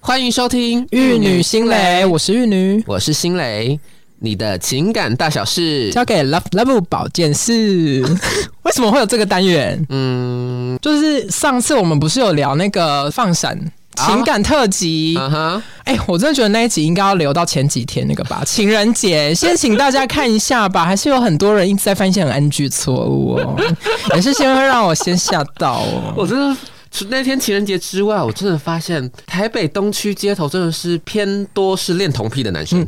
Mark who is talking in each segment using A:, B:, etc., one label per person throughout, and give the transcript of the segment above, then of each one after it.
A: 欢迎收听《
B: 玉女心蕾，我是玉女，
A: 我是心蕾，你的情感大小事。
B: 交给 Love Love 保健 室。为什么会有这个单元？
A: 嗯，
B: 就是上次我们不是有聊那个放闪情感特辑？
A: 啊哈，
B: 哎、我真的觉得那一集应该要留到前几天那个 吧，情人节，先请大家看一下吧。还是有很多人一直在犯一些很 NG 错误 哦，也是先会让我先吓到哦。
A: 我真的。除那天情人节之外，我真的发现台北东区街头真的是偏多是恋童癖的男生。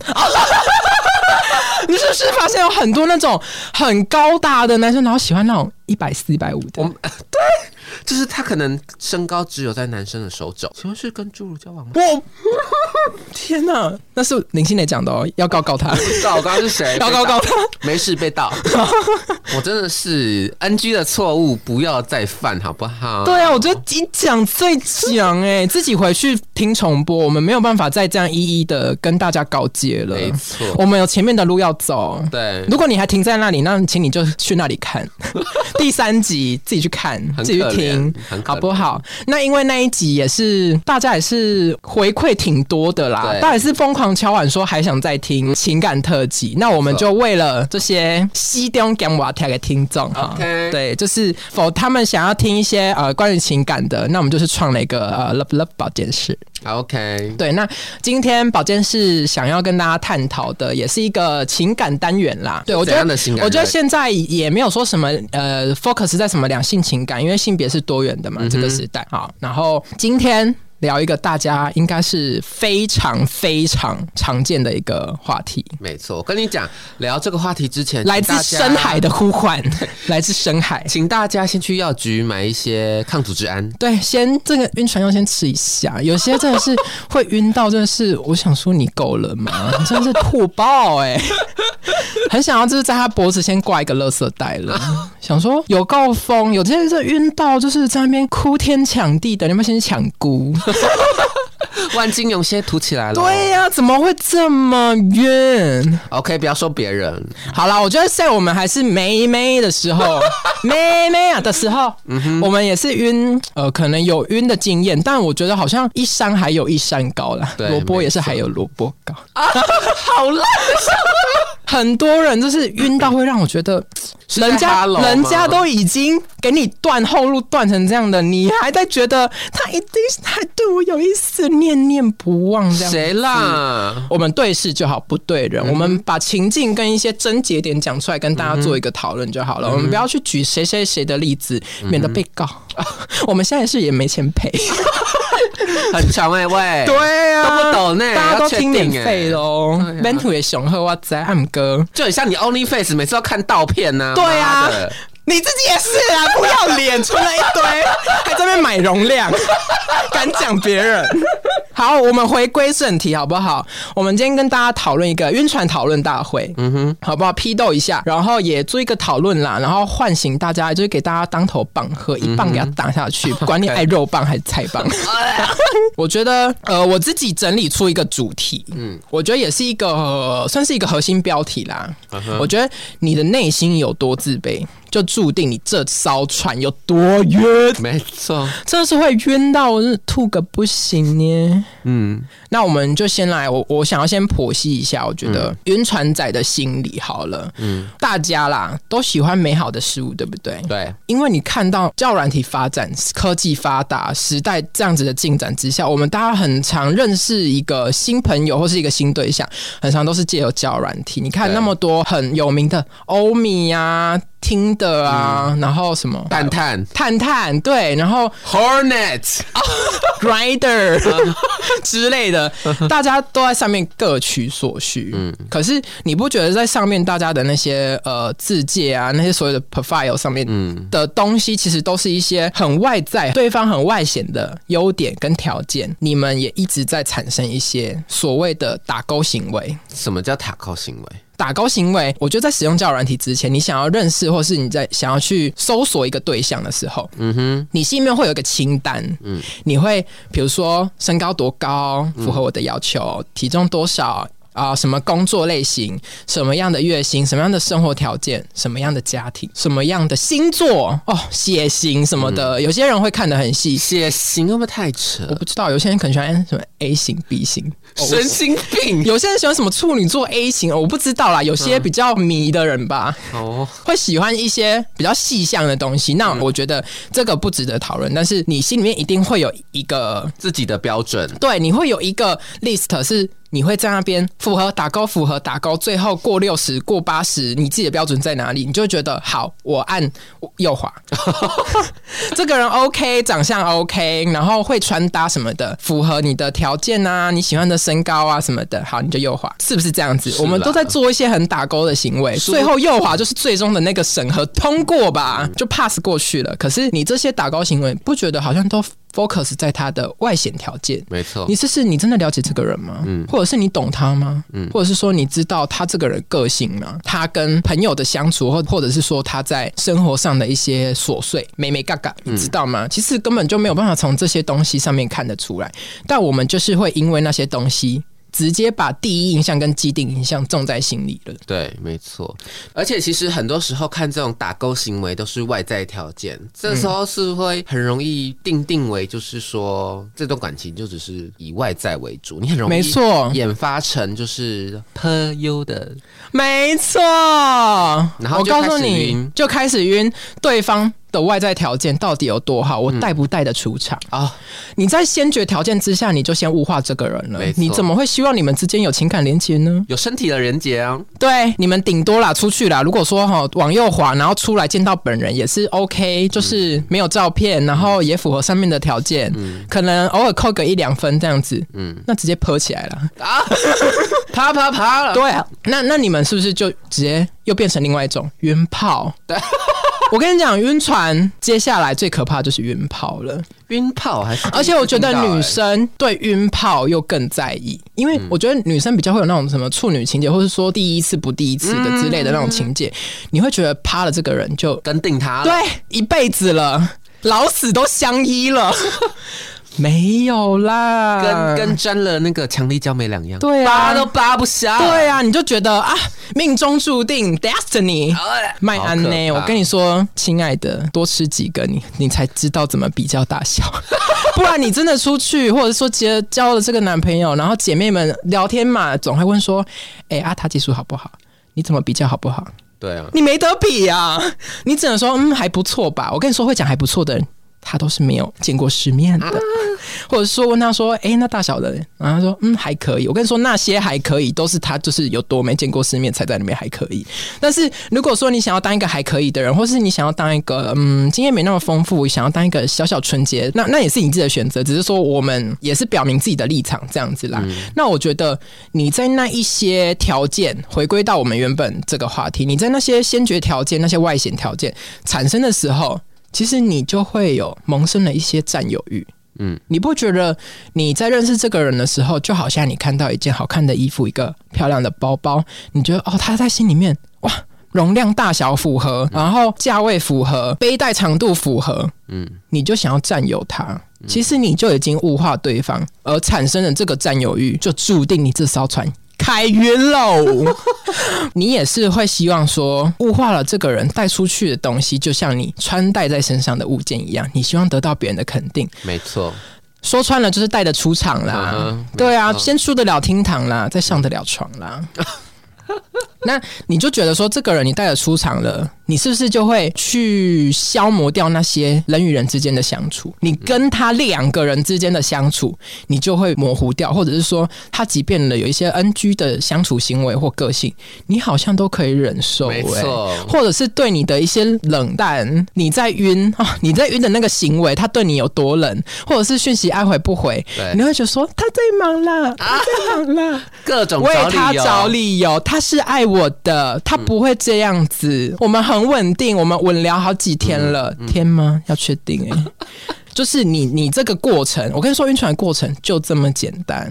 B: 你是不是发现有很多那种很高大的男生，然后喜欢那种一百四、一百五的
A: 我？们对，就是他可能身高只有在男生的手肘。请问是跟侏儒交往吗？
B: 我天哪，那是林心蕾讲的哦，要告告 他，
A: 不知道我刚刚是 谁？
B: 要告告他。
A: 没事被 盗，我真的是 NG 的错误，不要再犯，好不好？
B: 对啊，我觉得一讲再讲 哎、自己回去听重播，我们没有办法再这样一一的跟大家告诫了。
A: 没错
B: 我们有前面的路要走。
A: 对，
B: 如果你还停在那里，那请你就去那里 看第三集，自己去看，
A: 很
B: 自己去
A: 可
B: 听
A: 怜，很可
B: 好不
A: 怜
B: 好？那因为那一集也是大家也是回馈挺多的啦，
A: 对
B: 大家也是疯狂敲碗说还想再听情感特辑，那我们就为了这些西东讲瓦特的听众哈
A: OK
B: 对，就是否他们想要听一些呃关于情感的，那我们就是创了一个呃 Love Love 保健室。
A: OK，
B: 对，那今天保健室想要跟大家探讨的，也是一个情感单元啦。对，我觉
A: 怎样
B: 得
A: 的情感单元
B: 我觉得现在也没有说什么呃 focus 在什么两性情感，因为性别是多元的嘛，这个时代。好，然后今天。聊一个大家应该是非常非常常见的一个话题，
A: 没错。我跟你讲，聊这个话题之前，
B: 来自
A: 请大家
B: 深海，的呼唤，来自深海。
A: 请大家先去药局买一些抗组 织胺。
B: 对，先这个晕船药先吃一下，有些真的是会晕到，真的是我想说你够了吗？真的是吐爆哎、 很想要就是在他脖子先挂一个垃圾袋了，想说有够疯，有些人是晕到就是在那边哭天抢地的，你们先去抢姑。
A: 万金油先涂起来了。
B: 对啊呀、怎么会这么晕？
A: ，OK，不要说别人，
B: 好啦，我觉得在我们还是妹妹的时 候，妹妹啊的时候，
A: 嗯
B: 我们也是晕，呃，可能有晕的经验，但我觉得好像一山还有一山高啦，
A: 对
B: 萝卜也是
A: 没错
B: 还有萝卜高。
A: 好烂，
B: 很多人就是晕到会让我觉得，
A: 是在
B: 人家
A: Hello 吗
B: 人家都已经给你断后路断成这样的，你还在觉得他一定还对我有意思，念念不忘这样。
A: 谁啦？
B: 我们对事就好，不对人。我们把情境跟一些症结点讲出来，跟大家做一个讨论就好了。我们不要去举谁谁谁的例子，免得被告。 我们现在是也没钱赔，
A: 很长哎、喂，
B: 嗯 对啊
A: 都不懂呢、
B: 大家都听免
A: 要确定哎
B: 费喽
A: 哎呀。
B: 本土也雄厚，我在暗哥，
A: 就很像你 Only Face 每次要看盗片呐、
B: 对啊
A: 妈的
B: 你自己也是啊，不要 脸，存了一堆，还在那边买容量， 敢讲别人。好，我们回归正题好不好？我们今天跟大家讨论一个晕船讨论大会，嗯哼，好不好？批斗一下，然后也做一个讨论啦，然后唤醒大家，就是给大家当头棒喝，一棒给他打下去，不管你爱肉棒还是菜 棒。我觉得，呃，我自己整理出一个主题，嗯，我觉得也是一个、呃算是一个核心标题啦。我觉得你的内心有多自卑，就注定你这艘船有多晕，
A: 没错，
B: 真的是会晕到是吐个不行呢。
A: 嗯，
B: 那我们就先来，我我想要先剖析一下，我觉得晕船仔的心理好了，嗯，大家啦都喜欢美好的事物，对不对？
A: 对，
B: 因为你看到教软体发展、科技发达、时代这样子的进展之下，我们大家很常认识一个新朋友或是一个新对象，很常都是借由教软体。你看
A: 对
B: 那么多很有名的欧米啊、听的啊，然后什么
A: 蛋探
B: 探探对，然后
A: Hornet，
B: Grinder 之类的，大家都在上面各取所需。嗯，可是你不觉得在上面大家的那些呃字界啊，那些所有的 profile 上面的东西，其实都是一些很外在、对方很外显的优点跟条件，你们也一直在产生一些所谓的打勾行为。
A: 什么叫塔靠行为？
B: 打勾行为，我觉得在使用交友软体之前，你想要认识或是你在想要去搜索一个对象的时候，
A: 嗯哼，
B: 你心里面会有一个清单，嗯，你会比如说身高多高，符合我的要求，体重多少。啊、什么工作类型，什么样的月薪，什么样的生活条件，什么样的家庭，什么样的星座哦，血型什么的，有些人会看得很细。
A: 血型会不会太扯
B: 我？不知道，有些人可能喜欢什么 A 型、B 型，哦
A: 神经病
B: 有些人喜欢什么处女座 A 型，我不知道啦。有些比较迷的人吧，
A: 哦！
B: 会喜欢一些比较细项的东西。那我觉得这个不值得讨论，但是你心里面一定会有一个，
A: 自己的标准，
B: 对，你会有一个 list 是。你会在那边符合打勾，符合打勾，最后过六十、过八十，你自己的标准在哪里？你就会觉得好，我按右滑， 这个人 OK，长相 OK，然后会穿搭什么的，符合你的条件啊，你喜欢的身高啊什么的，好，你就右滑，是不是这样子？
A: 是啦
B: 我们都在做一些很打勾的行为，
A: 是
B: 最后右滑就是最终的那个审核通过吧，就 pass 过去了。可是你这些打勾行为，不觉得好像都 focus 在他的外显条件？
A: 没错
B: 你。这是你真的了解这个人吗？
A: 嗯
B: 或者是你懂他吗？或者是说你知道他这个人个性吗？他跟朋友的相处，或或者是说他在生活上的一些琐碎、美美嘎嘎，
A: 嗯
B: 你知道吗？其实根本就没有办法从这些东西上面看得出来，但我们就是会因为那些东西。直接把第一印象跟既定印象种在心里了。
A: 对，没错。而且其实很多时候看这种打勾行为都是外在条件，这时候是会很容易定定为就是说这段感情就只是以外在为主，你很容易
B: 没错
A: 演发成就是朋友的
B: 没错，
A: 后
B: 我
A: 就
B: 告
A: 开
B: 诉
A: 始
B: 你
A: 晕，
B: 就开始晕对方的外在条件到底有多
A: 嗯
B: 好，我带不带得出场？
A: 啊，
B: 你在先决条件之下，你就先物化这个人了
A: 没。错
B: 你怎么会希望你们之间有情感连接呢？
A: 有身体的人结啊，
B: 对，你们顶多啦，出去啦。如果说哈、往右滑，然后出来见到本人也是 OK，就是没有照片，然后也符合上面的条件，
A: 嗯
B: 可能偶尔扣个一两分这样子，嗯，那直接泼起来了。
A: 啪啪啪了，
B: 对啊，那那你们是不是就直接又变成另外一种晕炮？
A: 对。
B: 我跟你讲，晕船接下来最可怕就是晕炮了。
A: 晕炮还是嗯第一次听到欸、嗯
B: 而且我觉得女生对晕炮又更在意，因为我觉得女生比较会有那种什么处女情节，或是说第一次不第一次的之类的那种情节，你会觉得趴了这个人就
A: 跟定他
B: 对
A: 了，
B: 一辈子了，老死都相依了， 没有啦，
A: 跟跟沾了那个强力胶没两样，
B: 啊对啊
A: 扒都扒不下，
B: 对啊，你就觉得啊，命中注定 destiny。
A: 哎，
B: 麦安
A: 好
B: 呢？
A: 可怕
B: 我跟你说，亲爱的，多吃几个你，你才知道怎么比较大小。 不然你真的出去，或者说结交了这个男朋友，然后姐妹们聊天嘛，总会问说：“哎、阿塔技术好不好？你怎么比较好不好
A: 对啊？”，
B: 你没得比啊， 你只能说嗯还不错吧。我跟你说，会讲还不错的人，他都是没有见过世面的。或者说问他说：“哎、那大小的？”然后他说：“嗯，还可以。”我跟你说，那些还可以，都是他就是有多没见过世面才在里面还可以。但是如果说你想要当一个还可以的人，或是你想要当一个嗯经验没那么丰富，想要当一个小小纯洁，那那也是你自己的选择。只是说我们也是表明自己的立场这样子啦。那我觉得你在那一些条件，回归到我们原本这个话题，你在那些先决条件、那些外显条件产生的时候，其实你就会有萌生了一些占有欲。你不觉得你在认识这个人的时候，就好像你看到一件好看的衣服、一个漂亮的包包，你觉得哦，他在心里面哇，容量大小符合，然后价位符合，背带长度符合，嗯，你就想要占有他。其实你就已经物化对方，而产生的这个占有欲，就注定你这艘船开晕喽。你也是会希望说，物化了这个人带出去的东西，就像你穿戴在身上的物件一样，你希望得到别人的肯定。
A: 没错，
B: 说穿了就是带得出场啦，
A: 嗯哼
B: 对啊，
A: 没错
B: 先出得了厅堂啦，再上得了床 啦。那你就觉得说，这个人你带得出场了，你是不是就会去消磨掉那些人与人之间的相处？你跟他两个人之间的相处，你就会模糊掉，或者是说，他即便了有一些 NG 的相处行为或个性，你好像都可以忍受、欸。
A: 没错
B: 或者是对你的一些冷淡，你在晕 啊、你在晕的那个行为，他对你有多冷，或者是讯息爱回不回，
A: 对
B: 你会觉得说他在忙啦，他在忙啦，
A: 各种
B: 为
A: 找理
B: 他
A: 由
B: 找理由，他是爱我的，他不会这样子。我们很稳定，我们稳聊好几天了，天吗？要确定哎、 就是你你这个过程，我跟你说，晕船的过程就这么简单。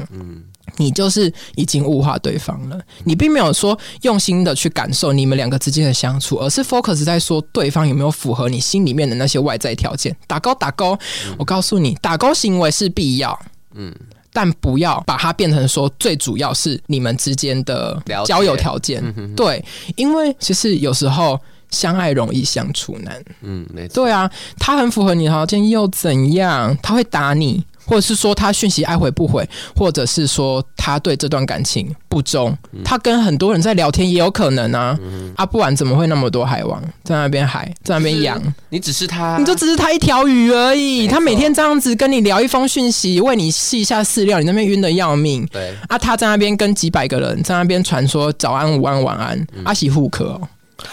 B: 你就是已经物化对方了，你并没有说用心的去感受你们两个之间的相处，而是 focus 在说对方有没有符合你心里面的那些外在条件。打勾打勾，我告诉你，打勾行为是必要，嗯，但不要把它变成说最主要是你们之间的
A: 了解嗯
B: 交友条件。对，因为其实有时候相爱容易相处难。
A: 嗯，没错，
B: 对啊，他很符合你的条件又怎样？他会打你，或者是说他讯息爱回不回，或者是说他对这段感情不忠，
A: 嗯
B: 他跟很多人在聊天也有可能啊。啊，不然怎么会那么多海王在那边海，在那边养？
A: 你只是啊他，
B: 你就只是他一条鱼而已。
A: 没错
B: 他每天这样子跟你聊一封讯息，为你试一下饲料，你那边晕的要命。
A: 对，
B: 啊，他在那边跟几百个人在那边传说早安、午安、晚安，
A: 嗯
B: 阿喜户口。哦。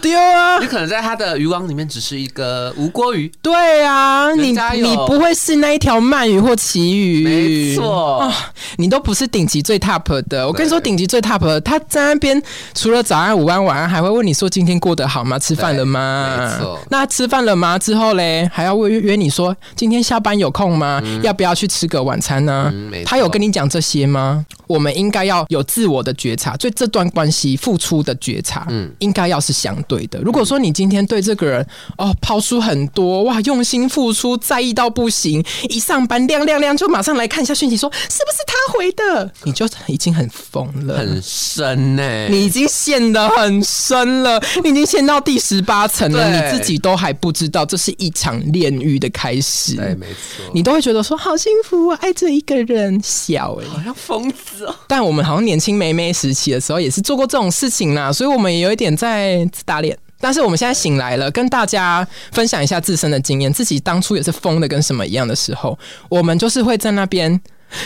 B: 丢啊！
A: 你可能在他的渔网里面只是一个无锅鱼，
B: 对啊，你
A: 人家有
B: 你不会是那一条鳗鱼或旗鱼，哦
A: 没错，
B: 你都不是顶级最 top 的。我跟你说，
A: 对
B: 顶级最 top 的，他在那边除了早安、午安、晚安，还会问你说今天过得好吗？吃饭了吗？
A: 对没错
B: 那吃饭了吗？之后嘞，还要约约你说今天下班有空吗？要不要去吃个晚餐呢、
A: 嗯没错
B: 他有跟你讲这些吗？我们应该要有自我的觉察，对这段关系付出的觉察，嗯
A: 嗯，
B: 应该要是相对的。如果说你今天对这个人哦抛出很多哇，用心付出，在意到不行，一上班亮亮亮就马上来看一下讯息说是不是他回的， 你就已经很疯了。
A: 很深呢、
B: 你已经陷得很深了，你已经陷到第十八层了，
A: 对
B: 你自己都还不知道，这是一场炼狱的开始。
A: 对，没错，
B: 你都会觉得说好幸福，我爱这一个人，小哎、
A: 好像疯子哦。
B: 但我们好像年轻妹妹时期的时候也是做过这种事情啦，所以我们也有一点在自打脸。但是我们现在醒来了，跟大家分享一下自身的经验，自己当初也是疯的跟什么一样的时候，我们就是会在那边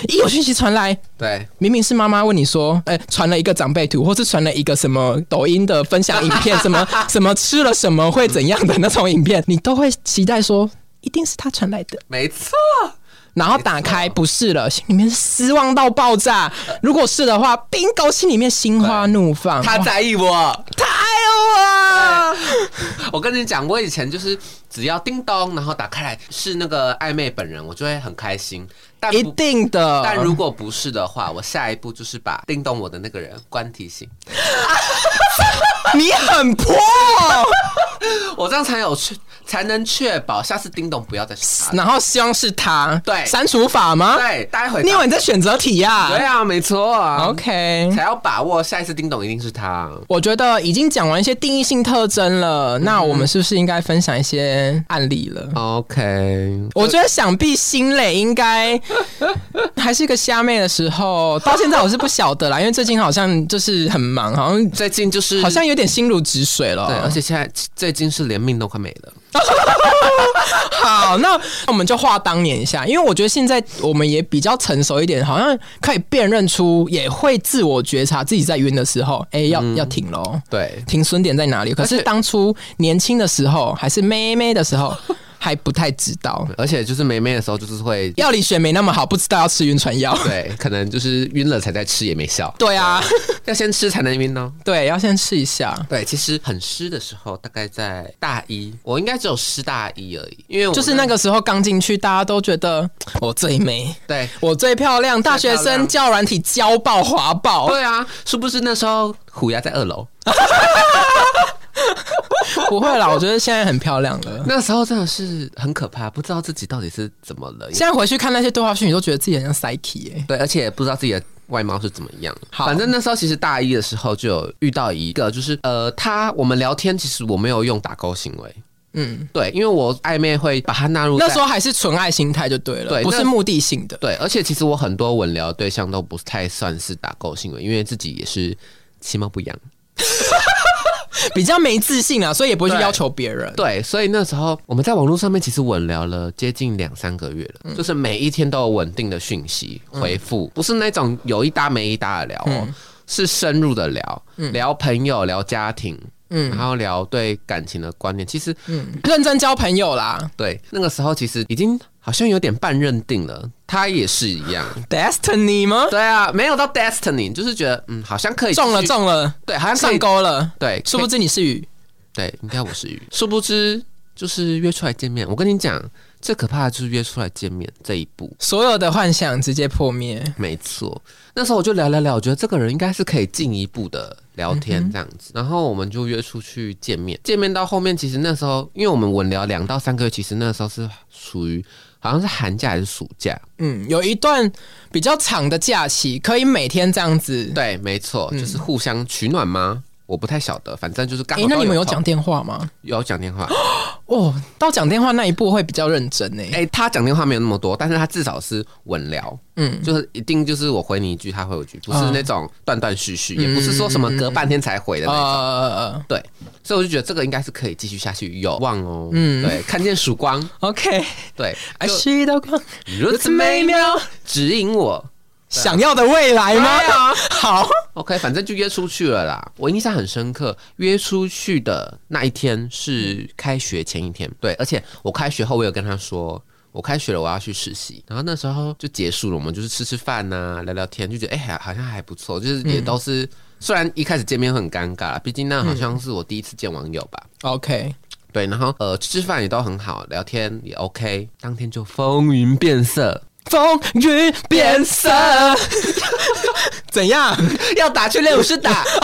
B: 一有讯息传来，
A: 对，
B: 明明是妈妈问你说，哎、传了一个长辈图，或是传了一个什么抖音的分享影片，什么什么吃了什么会怎样的那种影片，你都会期待说。一定是他传来的，
A: 没错，
B: 然后打开不是了，心里面失望到爆炸。如果是的话，bingo，心里面心花怒放。
A: 他
B: 哇
A: 在哎意我。
B: 他爱我啊，
A: 我跟你讲，我以前就是只要叮咚，然后打开来是那个暧昧本人，我就会很开心。但
B: 一
A: 不
B: 定的。
A: 但如果不是的话，我下一步就是把叮咚我的那个人关提醒，
B: 你很破，
A: 我这样才有确才能确保下次叮咚不要再是他了。
B: 然后希望是他，
A: 对
B: 删除法吗？
A: 对，待会
B: 你以为你在选择题呀、
A: 啊对啊，没错啊
B: OK，
A: 才要把握下一次叮咚一定是他。
B: 我觉得已经讲完一些定义性特征了，
A: 嗯
B: 那我们是不是应该分享一些案例了？
A: OK，
B: 我觉得想必心磊应 该还是个虾妹的时候，到现在我是不晓得啦，因为最近好像就是很忙，好像
A: 最近就是
B: 好像有点心如止水了。
A: 对，而且现在最近是连命都快没了。
B: 好，那我们就话当年一下，因为我觉得现在我们也比较成熟一点，好像可以辨认出，也会自我觉察自己在晕的时候，哎、要、
A: 嗯
B: 要停喽。
A: 对，
B: 停损点在哪里。可
A: 而
B: 是
A: 且
B: 当初年轻的时候，还是妹妹的时候，还不太知道
A: 而且就是梅梅的时候，就是 会
B: 药理学没那么好，不知道要吃晕船 药。
A: 对，可能就是晕了才在吃也没效，
B: 对啊，
A: 要先吃才能晕哦。
B: 对，要先吃一下。
A: 对，其实很湿的时候，大概在大一，我应该只有湿大一而已，因为我
B: 就是那个时候刚进去，大家都觉得我最美，
A: 对
B: 我最漂亮，大学
A: 最漂
B: 生
A: 亮
B: 教软体教爆 滑爆，
A: 对啊，是不是那时候虎牙在二楼？
B: 不会啦，我觉得现在很漂亮 了。
A: 那时候真的是很可怕，不知道自己到底是怎么了。
B: 现在回去看那些对话讯息，都觉得自己很像 psyche 哎、
A: 对，而且也不知道自己的外貌是怎么样。
B: 好
A: 反正那时候其实大一的时候就有遇到一个，就是呃，他我们聊天，其实我没有用打勾行为，
B: 嗯，
A: 对，因为我暧昧会把它纳入在
B: 那时候还是纯爱心态就对了，
A: 对
B: 不是
A: 那
B: 目的性的。
A: 对，而且其实我很多文聊对象都不太算是打勾行为，因为自己也是其貌不扬。
B: 比较没自信啊，所以也不会去
A: 对
B: 要求别人。
A: 对，所以那时候我们在网络上面其实稳聊了接近两三个月了，
B: 嗯
A: 就是每一天都有稳定的讯息回复，不是那种有一搭没一搭的聊哦，
B: 嗯
A: 是深入的聊，聊朋友，聊家庭，
B: 嗯
A: 然后聊对感情的观念。其实
B: 嗯，认真交朋友啦
A: 对那个时候其实已经好像有点半认定了，他也是一 样。
B: ，Destiny 吗？
A: 对啊，没有到 destiny，就是觉得嗯，好像可以
B: 中了
A: 继续，
B: 中了，
A: 对，好像可
B: 上
A: 以
B: 钩了，
A: 对，
B: 殊不知你是雨。
A: 对，应该我是鱼。殊不知，就是约出来见面。我跟你讲，最可怕的就是约出来见面这一步。
B: 所有的幻想直接破灭。
A: 没错，那时候我就聊聊聊，我觉得这个人应该是可以进一步的聊天这样
B: 嗯
A: 子，然后我们就约出去见面。见面到后面，其实那时候因为我们稳聊两到三个月，其实那时候是属于。好像是寒假还是暑假？
B: 嗯，有一段比较长的假期，可以每天这样子。
A: 对，没错，
B: 嗯
A: 就是互相取暖吗？我不太晓得，反正就是刚
B: 哎、
A: 好都
B: 那
A: 空。
B: 你们有讲电话吗？
A: 有讲电话？
B: 哦，到讲电话那一步会比较认真欸呢、
A: 哎、他讲电话没有那么多，但是他至少是稳聊，
B: 嗯，
A: 就是一定就是我回你一句，他回我一句，不是
B: 嗯
A: 那种断断续续，也不是说什么隔半天才回的那种。
B: 呃
A: 对，所以我就觉得这个应该是可以继续下去，有望哦。嗯，对，看见曙光，
B: ，OK，I
A: 对，
B: see 到光，
A: 如
B: 如
A: 此
B: 此美
A: 美妙，
B: 妙，
A: 指引我。
B: 想要的未来吗？好，
A: OK，反正就约出去了啦。我印象很深刻，约出去的那一天是开学前一天，对，而且我开学后我有跟他说。我开学了，我要去实习，然后那时候就结束了，我们就是吃吃饭呐、聊聊天，就觉得哎、还好像还不错，就是也都是、虽然一开始见面很尴尬啦，毕竟那好像是我第一次见网友吧，
B: OK，
A: 对，然后呃吃饭也都很好，聊天也 OK，当天就风云变色，
B: 风云变色， 怎样？
A: 要打去练武室打。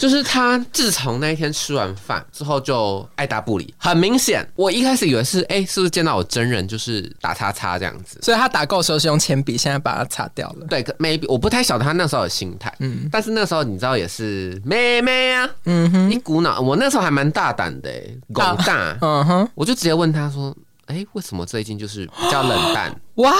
A: 就是他自从那一天吃完饭之后就爱答不理，很明显。我一开始以为是哎、是不是见到我真人就是打叉叉这样子？
B: 所以他打够时候是用铅笔，现在把它擦掉了。
A: 对可，maybe 我不太晓得他那时候的心态，嗯，但是那时候你知道也是妹妹啊，嗯哼，一股脑，我那时候还蛮大胆的、欸，狗
B: 大
A: 大，
B: 嗯哼，
A: 我就直接问他说，哎、为什么最近就是比较冷淡？
B: 哇，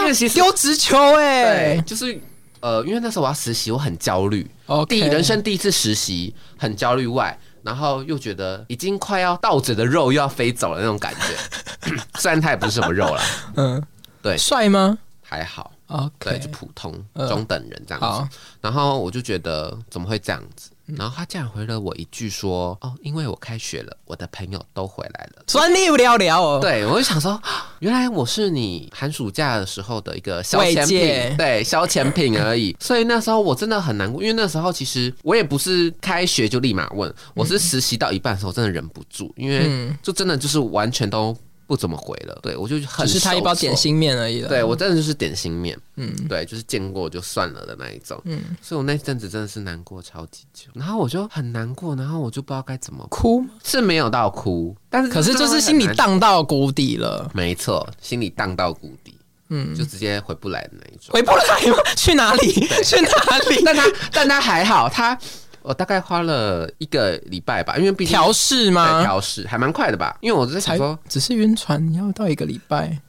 A: 因为其实
B: 丢直球哎、
A: 对，就是呃，因为那时候我要实习，我很焦虑。
B: OK
A: 第一人生第一次实习，很焦虑外，然后又觉得已经快要到嘴的肉又要飞走了那种感 觉。虽然它也不是什么肉啦，
B: 嗯，
A: 对
B: 帅吗
A: 还好，对，
B: ？OK，
A: 就普通中等人这样
B: 好
A: 子。然后我就觉得怎么会这样子？然后他竟然回了我一句说：“哦，因为我开学了，我的朋友都回来了。”
B: 酸你聊聊哦。
A: 对，我就想说， 啊原来我是你寒暑假的时候的一个消
B: 慰
A: 遣
B: 藉
A: 品，对，消遣品而 已。所以那时候我真的很难过，因为那时候其实我也不是开学就立马
B: 嗯
A: 问，我是实习到一半的时候真的忍不住，因为就真的就是完全都不怎么回了。对我就很
B: 只是他一包
A: 受挫
B: 点。心面而已了。
A: 对我真的就是点心面，嗯，对，就是见过就算了的那一种，嗯，所以我那阵子真的是难过超级久，然后我就很难过，然后我就不知道该怎么，
B: 哭，
A: 是没有到哭，但是
B: 可是
A: 真
B: 就
A: 的
B: 是
A: 会
B: 心里
A: 很难
B: 荡到谷底了，
A: 没错，心里荡到谷底，嗯，就直接回不来的那一种。
B: 回不来吗？去哪里？去哪里？
A: 但他 但他还好，他我大概花了一个礼拜吧，因为毕竟
B: 调试
A: 对
B: 吗？
A: 调试还蛮快的吧。因为我在
B: 才
A: 想说，
B: 只是晕船，要到一个礼拜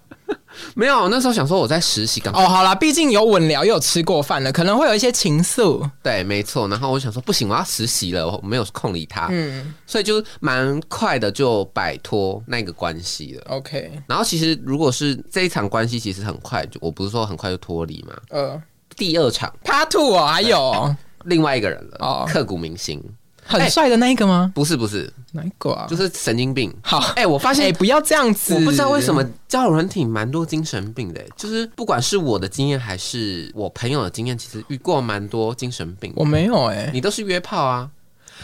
A: 没有，那时候想说我在实习，刚、
B: 哦。好啦，毕竟有稳聊，又有吃过饭了，可能会有一些情愫。
A: 对，没错。然后我想说不行，我要实习了，我没有空理他，嗯，所以就蛮快的就摆脱那个关系了。
B: OK，
A: 然后其实如果是这一场关系，其实很快就我不是说很快就脱离嘛，
B: 呃
A: 第二场
B: ，Part Two 哦，还有哦
A: 另外一个人了，
B: 哦
A: 刻骨铭心。哎
B: 很帅的那一个吗？
A: 不是不是，
B: 哪一个啊
A: 就？是神经病。
B: 好，
A: 哎、我发
B: 哎，
A: 现、
B: 不要这样子，
A: 我不知道为什么交友软体蛮多精神病的、就是不管是我的经验还是我朋友的经验，其实遇过蛮多精神病。
B: 我没有 哎，
A: 你都是约炮啊？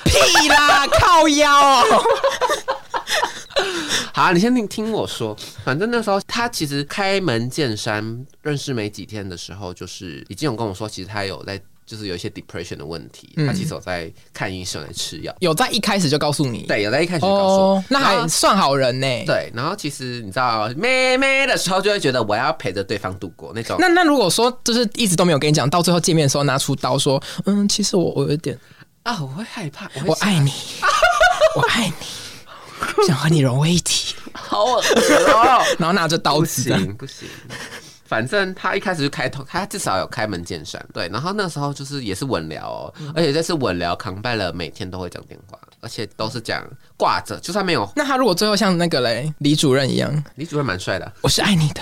B: 屁啦，靠腰哦。
A: 好啊，你先听听我说。反正那时候他其实开门见山，认识没几天的时候，就是已经有跟我说，其实他有在。就是有一些 depression 的问题，
B: 嗯
A: 他其实有在看医生，来吃药。
B: 有在一开始就告诉你，
A: 对，有在一开始就告诉我
B: 哦，那
A: 然后
B: 还算好人呢。
A: 啊对，然后其实你知道，妹妹的时候就会觉得我要陪着对方度过那种。
B: 那那如果说就是一直都没有跟你讲，到最后见面的时候拿出刀说，嗯，其实我我有一点，
A: 啊，我会害怕，我会
B: 我爱 你，我爱你，想和你融为一 体，
A: 好恶 哦，
B: 然后拿着刀
A: 不
B: 子啊这样，
A: 行不行。反正他一开始就开头，他至少有开门见山，对。然后那时候就是也是稳聊哦，
B: 嗯
A: 而且这次稳聊扛拜了，每天都会讲电话，而且都是讲挂着，就算没有
B: 那他如果最后像那个嘞李主任一样，
A: 李主任蛮帅的，
B: 我是爱你的，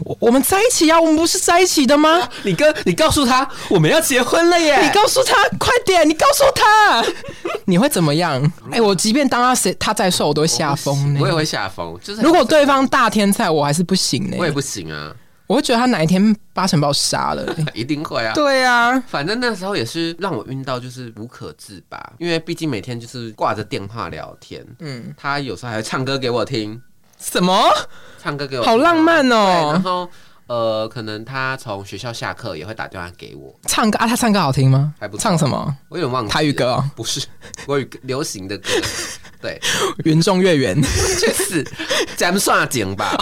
B: 我我们在一起呀、啊我们不是在一起的吗？
A: 你跟你告诉他我们要结婚了耶
B: 你告诉他，快点！你告诉 他，你会怎么样？哎、我即便当他谁他再瘦，我都会吓疯呢
A: 我。也会下风，就是
B: 如果对方大天才，我还是不行呢。
A: 我也不行啊，
B: 我会觉得他哪一天八成把我杀了、 欸
A: 一定会啊，
B: 对啊，
A: 反正那时候也是让我晕到，就是无可自拔，因为毕竟每天就是挂着电话聊天，嗯，他有时候还会唱歌给我听，
B: 什么？
A: 唱歌给我听啊
B: 好浪漫
A: 对，然
B: 哦！
A: 后呃，可能他从学校下课也会打电话给我，
B: 唱歌啊，他唱歌好听吗？
A: 还不错
B: 唱什么？
A: 我有点忘记了
B: 台语歌哦，
A: 不是国语歌流 行的歌，对，
B: 云中月圆，
A: 确实，咱们算 景吧，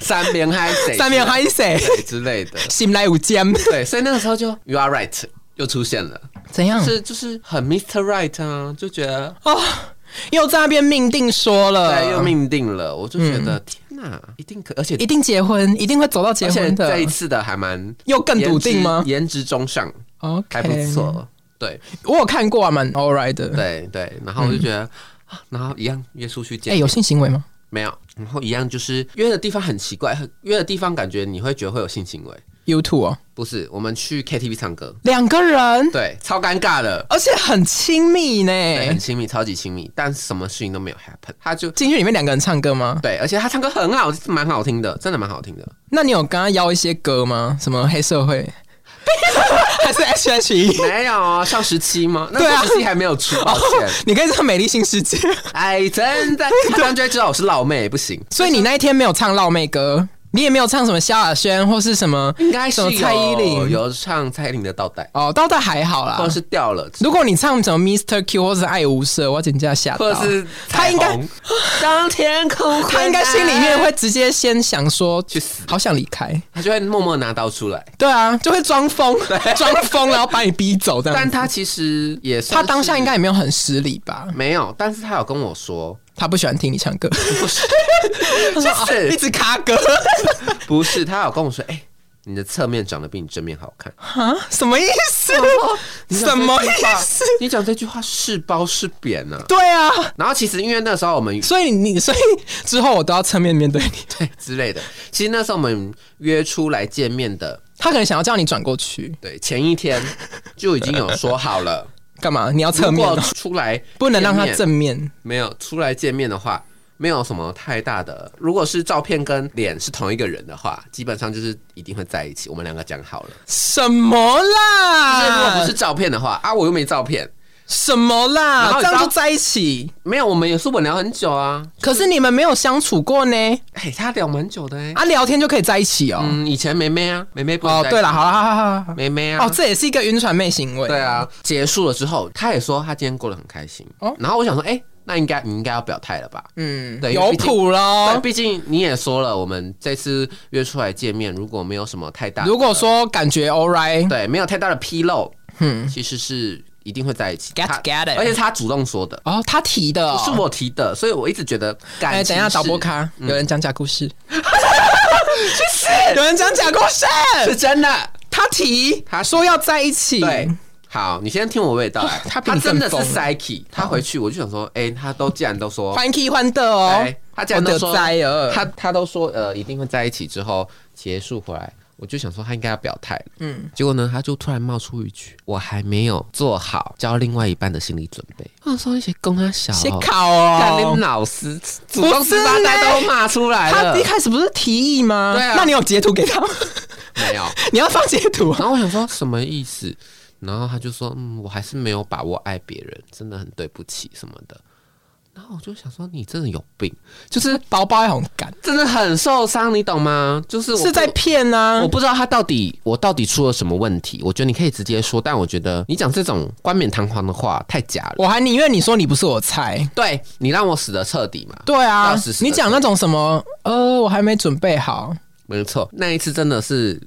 A: 三边嗨谁，
B: 三面嗨谁？
A: 对之类的，
B: 心来无间，
A: 对，所以那个时候就 You are right 又出现了，
B: 怎样？
A: 是就是很 Mr. Right 啊，就觉得哎
B: 又在那边命定说了，
A: 对，又命定了，我就觉得、天哪，一定可，而且
B: 嗯一定结婚，一定会走到结
A: 而且
B: 婚的
A: 这一，次的还蛮
B: 又更笃定吗
A: 颜值颜值中上，
B: ？OK，
A: 还不。错。对
B: 我有看过啊，蛮 all right 的。
A: 对对，然后我就觉得，啊然后一样约出去
B: 嗯哎、
A: 见，
B: 有性行为吗？
A: 没有，然后一样就是约的地方很奇怪，很约的地方感觉你会觉得会有性行为，
B: y o u t u b e 哦，
A: 不是？我们去 KTV 唱歌，
B: 两个人，
A: 对，超尴尬 的，
B: 而且很亲密
A: 对，很
B: 呢。
A: 亲密，超级亲密，但什么事情都没有 happen，他就
B: 进去里面两个人唱歌吗？
A: 对，而且他唱歌很好，蛮好听的，真的蛮好听的。
B: 那你有跟他邀一些歌吗？什么黑社会， 还是 H H E？
A: 没有啊，上十七吗？那
B: 对啊
A: 时候十七还没有出， 抱歉。
B: 你可以唱《美丽新世界》，
A: 哎， 真的，他们就会知道我是老妹，不行。
B: 所以你那一天没有唱辣妹歌，你也没有唱什么萧亚轩或是什么
A: 应该是
B: 什么
A: 有
B: 蔡依林
A: 有唱蔡依林的倒带，
B: 哦，倒倒还好啦
A: 或者。是掉了，
B: 如果你唱什么 Mr. Q 或是爱无赦，我简直要吓
A: 或
B: 到
A: 者。是
B: 他应该
A: 彩 虹当天空，
B: 他应该心里面会，直接先想说，
A: 去死
B: 好想离开。
A: 他就会默默拿刀出来。
B: 对啊，就会装疯，装疯，然后把你逼走这样
A: 但
B: 子。
A: 他其实也
B: 嗯
A: 算
B: 他
A: 是，
B: 当下应该也没有很失礼吧？
A: 没有，但是他有跟 我说，
B: 他不喜欢听你唱歌，
A: 不是，
B: 就 一
A: 是
B: 直卡歌
A: 不是，他有跟我说，哎、你的侧面长得比你正面好看，
B: 啊？什么意思？
A: 哦
B: 什么意思？
A: 你讲这句话是褒是贬呢、啊？
B: 对啊，
A: 然后其实因为那时候我们
B: 所以你所以之后我都要侧面面对你。
A: 对之类的，其实那时候我们约出来见面的，
B: 他可能想要叫你转过去，
A: 对前一天就已经有说好了，
B: 干嘛？你要 侧
A: 如
B: 面
A: 果
B: 哦，
A: 出来
B: 不能让他
A: 见面
B: 正面。
A: 没有出来见面的话，没有什么太大的。如果是照片跟脸是同一个人的话，基本上就是一定会在一起。我们两个讲好了。
B: 什么
A: 但是如果
B: 啦？
A: 不是照片的话，啊，我又没照片，
B: 什么
A: 然
B: 啦？
A: 后
B: 这
A: 你知道
B: 样就在一起。
A: 没有，我们也是我聊很久啊。
B: 可是你们没有相处过呢，
A: 哎、他聊蛮久的哎、
B: 啊，聊天就可以在一起哦。
A: 嗯，以前梅梅啊，梅梅不是
B: 哦，
A: 在
B: 对了，好了，好好好好。
A: 梅梅啊，
B: 哦，这也是一个晕船妹行为。
A: 对，啊，结束了之后，他也说他今天过得很开心。
B: 哦
A: 然后我想说，哎、那应该你应该要表态了吧？
B: 嗯，
A: 对
B: 有
A: 毕竟
B: 谱
A: 但
B: 喽。
A: 毕竟你也说了，我们这次约出来见面，如果没有什么太大的，
B: 如果说感觉 all right，
A: 啊 对，没有太大的纰漏，
B: 嗯
A: 嗯，其实是一定会在一起。
B: Get
A: 他
B: get it
A: 而且他主动说的，
B: 哦，他提的哦
A: 不是我提的，所以我一直觉得感情嗯
B: 哎，
A: 是。
B: 等一下，导播卡，有人讲假故 事，有人讲假故事，
A: 是真的。
B: 他提，
A: 他提
B: 说要在一起，
A: 对，好，你先听我味道来。
B: 他比
A: 他
B: 你
A: 真的是
B: 更疯
A: psyche，他回去我就想说，哎，他都既然都说，
B: 欢 k 欢的哦
A: 哎，，他既然都
B: 我
A: 说
B: 得栽了，
A: 他他都说呃一定会在一起之后结束回来。我就想说他应该要表态，嗯，结果呢，他就突然冒出一句：“我还没有做好交另外一半的心理准备。”我想说一些公他小哦，
B: 写考
A: 干你
B: 哦。
A: 老师祖宗十八代都骂出来
B: 他
A: 了
B: 一，开始不是提议吗？
A: 对啊
B: 那你有截图给他吗？
A: 没有。
B: 你要放截图啊？
A: 然后我想说什么意思？然后他就说，嗯，我还是没有把握爱别人，真的很对不起什么的。然后我就想说，你真的有病，
B: 就是包包要很赶，
A: 真的很受伤，你懂吗？就是我
B: 是在骗啊
A: 我。不知道他到底我到底出了什么问题。我觉得你可以直接说，但我觉得你讲这种冠冕堂皇的话太假了。
B: 我还宁愿你说你不是我菜。
A: 对你让我死的彻底嘛，
B: 对啊
A: 要死，死的
B: 你讲那种什么，呃，我还没准备好，
A: 没错，那一次真的是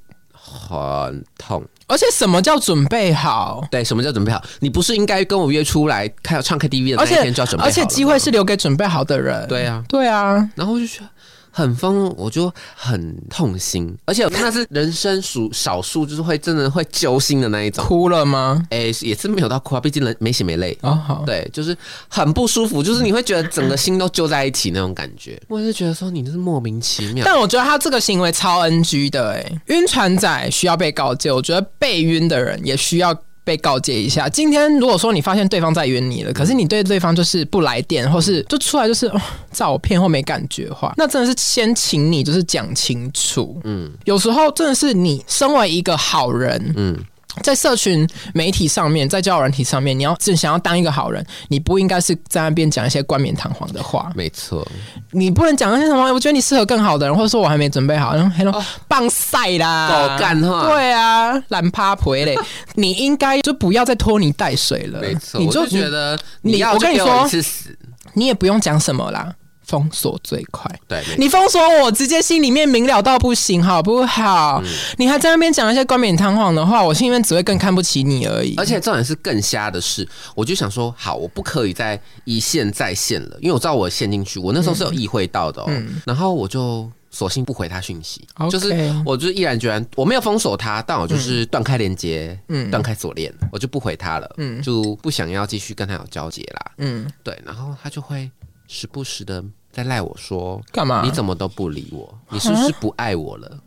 A: 很痛。
B: 而且什么叫准备好？
A: 对，什么叫准备好？你不是应该跟我约出来看唱 KTV 的那
B: 而
A: 一
B: 且
A: 天就要准备好
B: 而且
A: 了
B: 机
A: 吗
B: 会是留给准备好的人。
A: 对啊，
B: 对啊，
A: 然后我就觉得很疯，我就很痛心，而且那是人生数少数就是会真的会揪心的那一种。
B: 哭了吗？
A: 哎、也是没有到哭啊，毕竟人没血没泪。
B: 哦，好，
A: 对，就是很不舒服，就是你会觉得整个心都揪在一起那种感觉。我是觉得说你这是莫名其妙，
B: 但我觉得他这个行为超 NG 的、欸，哎，晕船仔需要被告诫，我觉得被晕的人也需要。被告诫一下，今天如果说你发现对方在晕你了，可是你对对方就是不来电，或是就出来就是、哦、照片或没感觉的话，那真的是先请你就是讲清楚。嗯
A: 嗯，
B: 有时候真的是你身为一个好人，
A: 嗯，
B: 在社群媒体上面，在交友软体上面，你要真想要当一个好人，你不应该是在那边讲一些冠冕堂皇的话，
A: 没错，
B: 你不能讲那些什么，我觉得你适合更好的人，或者说我还没准备好，然后还说棒晒啦，
A: 狗哦干话
B: 对啊，懒趴婆 嘞，你应该就不要再拖泥带水了，
A: 没错，
B: 你
A: 我就
B: 你
A: 觉得
B: 你
A: 要
B: 我
A: 就
B: 跟你
A: 给我
B: 说
A: 一次死，
B: 你也不用讲什么啦，封锁最快。
A: 对，没
B: 你封锁我，直接心里面明了到不行，好不好？
A: 嗯
B: 你还在那边讲一些冠冕堂皇的话，我心里面只会更看不起你而已。
A: 而且重点是更瞎的是，我就想说，好，我不可以再一线再线了，因为我知道我陷进去，我那时候
B: 嗯
A: 是有意会到的、哦，然后我就。索性不回他讯息
B: OK
A: 呃
B: 嗯
A: 就是我就是毅然决然，我没有封锁他，但我就是断开连接，嗯，断开锁链，我就不回他了，嗯，就不想要继续跟他有交集啦，
B: 嗯，
A: 对，然后他就会时不时的在赖我说，
B: 干嘛？啊
A: 你怎么都不理我，你是不是不爱我了？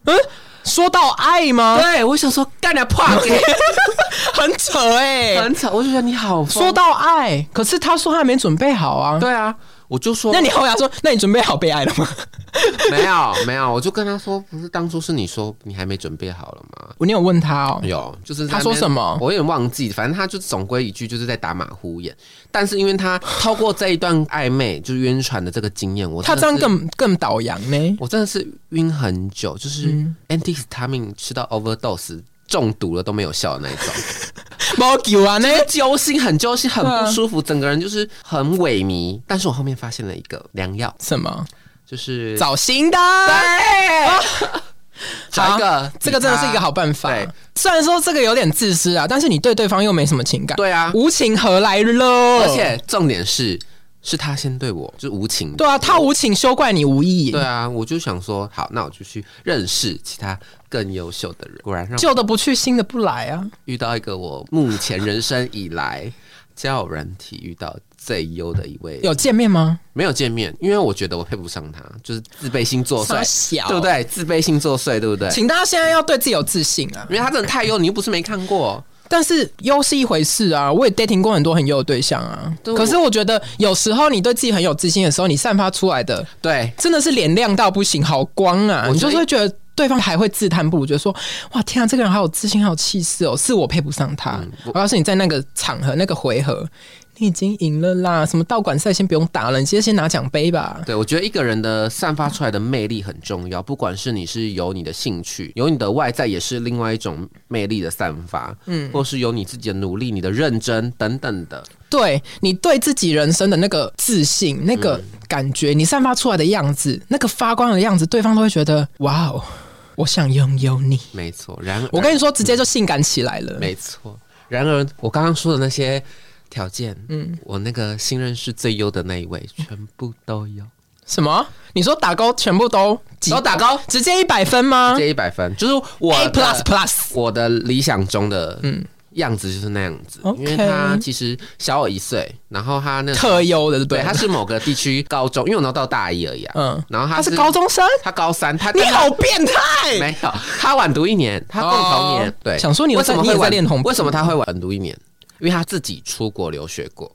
B: 说到爱吗？
A: 对，我想说干 点
B: 哎
A: 怕给，
B: 很扯哎、
A: 很吵，我就觉得你好 疯
B: 说到爱，可是他说他没准备好啊。
A: 对啊，我就 说
B: 那你后来说，那你准备好被爱了 吗？
A: 没有没有，我就跟他说，不是当初是你说你还没准备好了吗？
B: 你有问他哦、
A: 有，就是在
B: 他
A: 那
B: 说
A: 边
B: 什么
A: 我有点忘记，反正他就总归一句就是在打马虎眼。但是因为 他透过这一段暧昧，就是晕船的这个经验，我
B: 他
A: 真的
B: 这样
A: 是
B: 更更倒洋呢。
A: 我真的是晕很久，就是
B: 嗯
A: antihistamine 吃到 overdose 中毒了都没有效的那 一种，
B: 没救啊呢。
A: 揪心很揪心，很
B: 对啊
A: 不舒服，整个人就是很萎靡。但是我后面发现了一个良药，
B: 什么？
A: 就是
B: 找新的。啊
A: 找一个
B: 这个真的是一个
A: 好。
B: 好办法
A: 对。
B: 虽然说这个有点自私啊，但是你对对方又没什么情感，
A: 对啊
B: 无情何来喽？
A: 而且重点是，是他先对我就是无情的。
B: 对啊，他无情休怪你无意，
A: 对啊，我就想说，好，那我就去认识其他更优秀的人。果然让我
B: 旧的不去，新的不来啊。
A: 遇到一个我目前人生以来 交友软体遇到最优的一位。
B: 有见面吗？
A: 没有见面，因为我觉得我配不上他，就是自卑心作
B: 傻
A: 祟，
B: 小
A: 对不对？自卑心作祟，对不对？
B: 请大家现在要对自己有自信啊！
A: 因为他真的太优，你又不是没看过。
B: 但是优是一回事啊，我也 dating 过很多很优的对象啊。
A: 对
B: 可是我觉得有时候你对自己很有自信的时候，你散发出来的
A: 对，
B: 真的是脸亮到不行，好光啊！
A: 我
B: 你
A: 觉
B: 就
A: 得
B: 是会觉得对方还会自叹不如，觉得说：“哇，天啊，这个人好有自信，好有气势哦，是我配不上他。
A: 嗯
B: 我告诉你，在那个场合、那个回合，你已经赢了啦！什么道馆赛先不用打了，你直接先拿奖杯吧。
A: 对，我觉得一个人的散发出来的魅力很重要，不管是你是有你的兴趣，有你的外在，也是另外一种魅力的散发，嗯，或是有你自己的努力、你的认真等等的，
B: 对你对自己人生的那个自信、那个感觉，你散发出来的样子，那个发光的样子，对方都会觉得哇哦，我想拥有你。
A: 没错。然而，
B: 我跟你说，直接就性感起来了。
A: 没错。然而，我刚刚说的那些条件，嗯，我那个新认识最优的那一位，全部都有，
B: 什么？你说打勾全部都几
A: 都打勾，
B: 直接一百分吗？
A: 这一百分，就是我
B: A
A: 的
B: plus plus。
A: 我的理想中的嗯样子就是那样子，因为
B: OK
A: 他其实小我一岁，然后他那时候
B: 特优的，对不
A: 对，
B: 对？
A: 他是某个地区高中，因为我那时候到大一而已啊。
B: 嗯，
A: 然后他
B: 他
A: 是
B: 是高，中 生，
A: 他高三，他
B: 你
A: 但他
B: 好变态！
A: 没有，他晚读一年，他跟我同年。
B: 哦
A: 对，
B: 想说你有
A: 为什
B: 在
A: 么
B: 你
A: 会
B: 有在
A: 晚
B: 恋童癖
A: 为什么他会晚读一年？因为他自己出国留学过，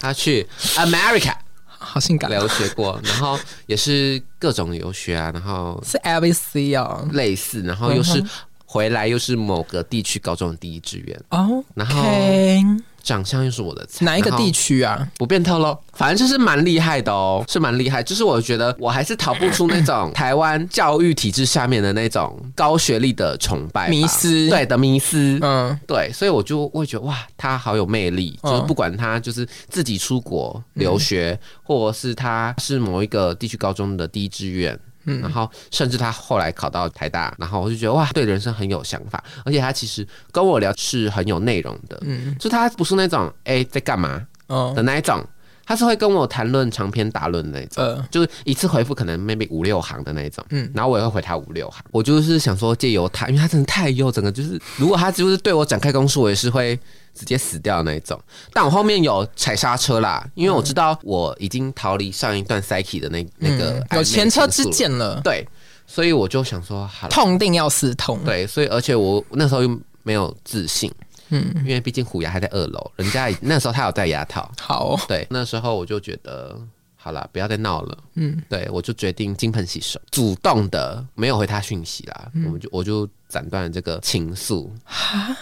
A: 他去 America
B: 好性感，
A: 留学过，然后也是各种留学啊，然后
B: 是 L V C 哦。
A: 类似，然后又是
B: 嗯
A: 回来又是某个地区高中的第一志愿，
B: 哦
A: 然后
B: ，OK，
A: 长相又是我的菜，
B: 哪一个
A: 然后
B: 地区啊？
A: 不便透露，反正就是蛮厉害的哦，是蛮厉害。就是我觉得我还是逃不出那 种台湾教育体制下面的那种高学历的崇拜吧
B: 迷思
A: 对的迷思。
B: 嗯，
A: 对，所以我就会觉得哇，他好有魅力，
B: 嗯
A: 就是不管他就是自己出国留学，
B: 嗯
A: 或者是他是某一个地区高中的第一志愿。
B: 嗯
A: 然后甚至他后来考到台大，然后我就觉得哇，对人生很有想法，而且他其实跟我聊是很有内容的，嗯，就他不是那种哎在干嘛，
B: 哦，
A: 的那一种，他是会跟我谈论长篇大论的那一种，
B: 呃，
A: 就是一次回复可能 maybe 五六行的那一种，
B: 嗯
A: 嗯，然后我也会回他五六行。我就是想说借由他，因为他真的太优，整个就是如果他就是对我展开攻势，我也是会直接死掉的那一种。但我后面有踩刹车啦，因为我知道我已经逃离上一段 psyche 的那那个
B: 嗯
A: 暧昧
B: 有前车之
A: 情愫了，
B: 鉴了，
A: 对，所以我就想说好了，
B: 痛定要思痛。
A: 对，所以而且我那时候又没有自信，
B: 嗯
A: 嗯，因为毕竟虎牙还在二楼，人家那时候他有戴牙套。
B: 好，
A: 对，那时候我就觉得好了，不要再闹了。嗯，对我就决定金盆洗手，主动的没有回他讯息啦，
B: 嗯
A: 我们就我就斩断了这个情愫。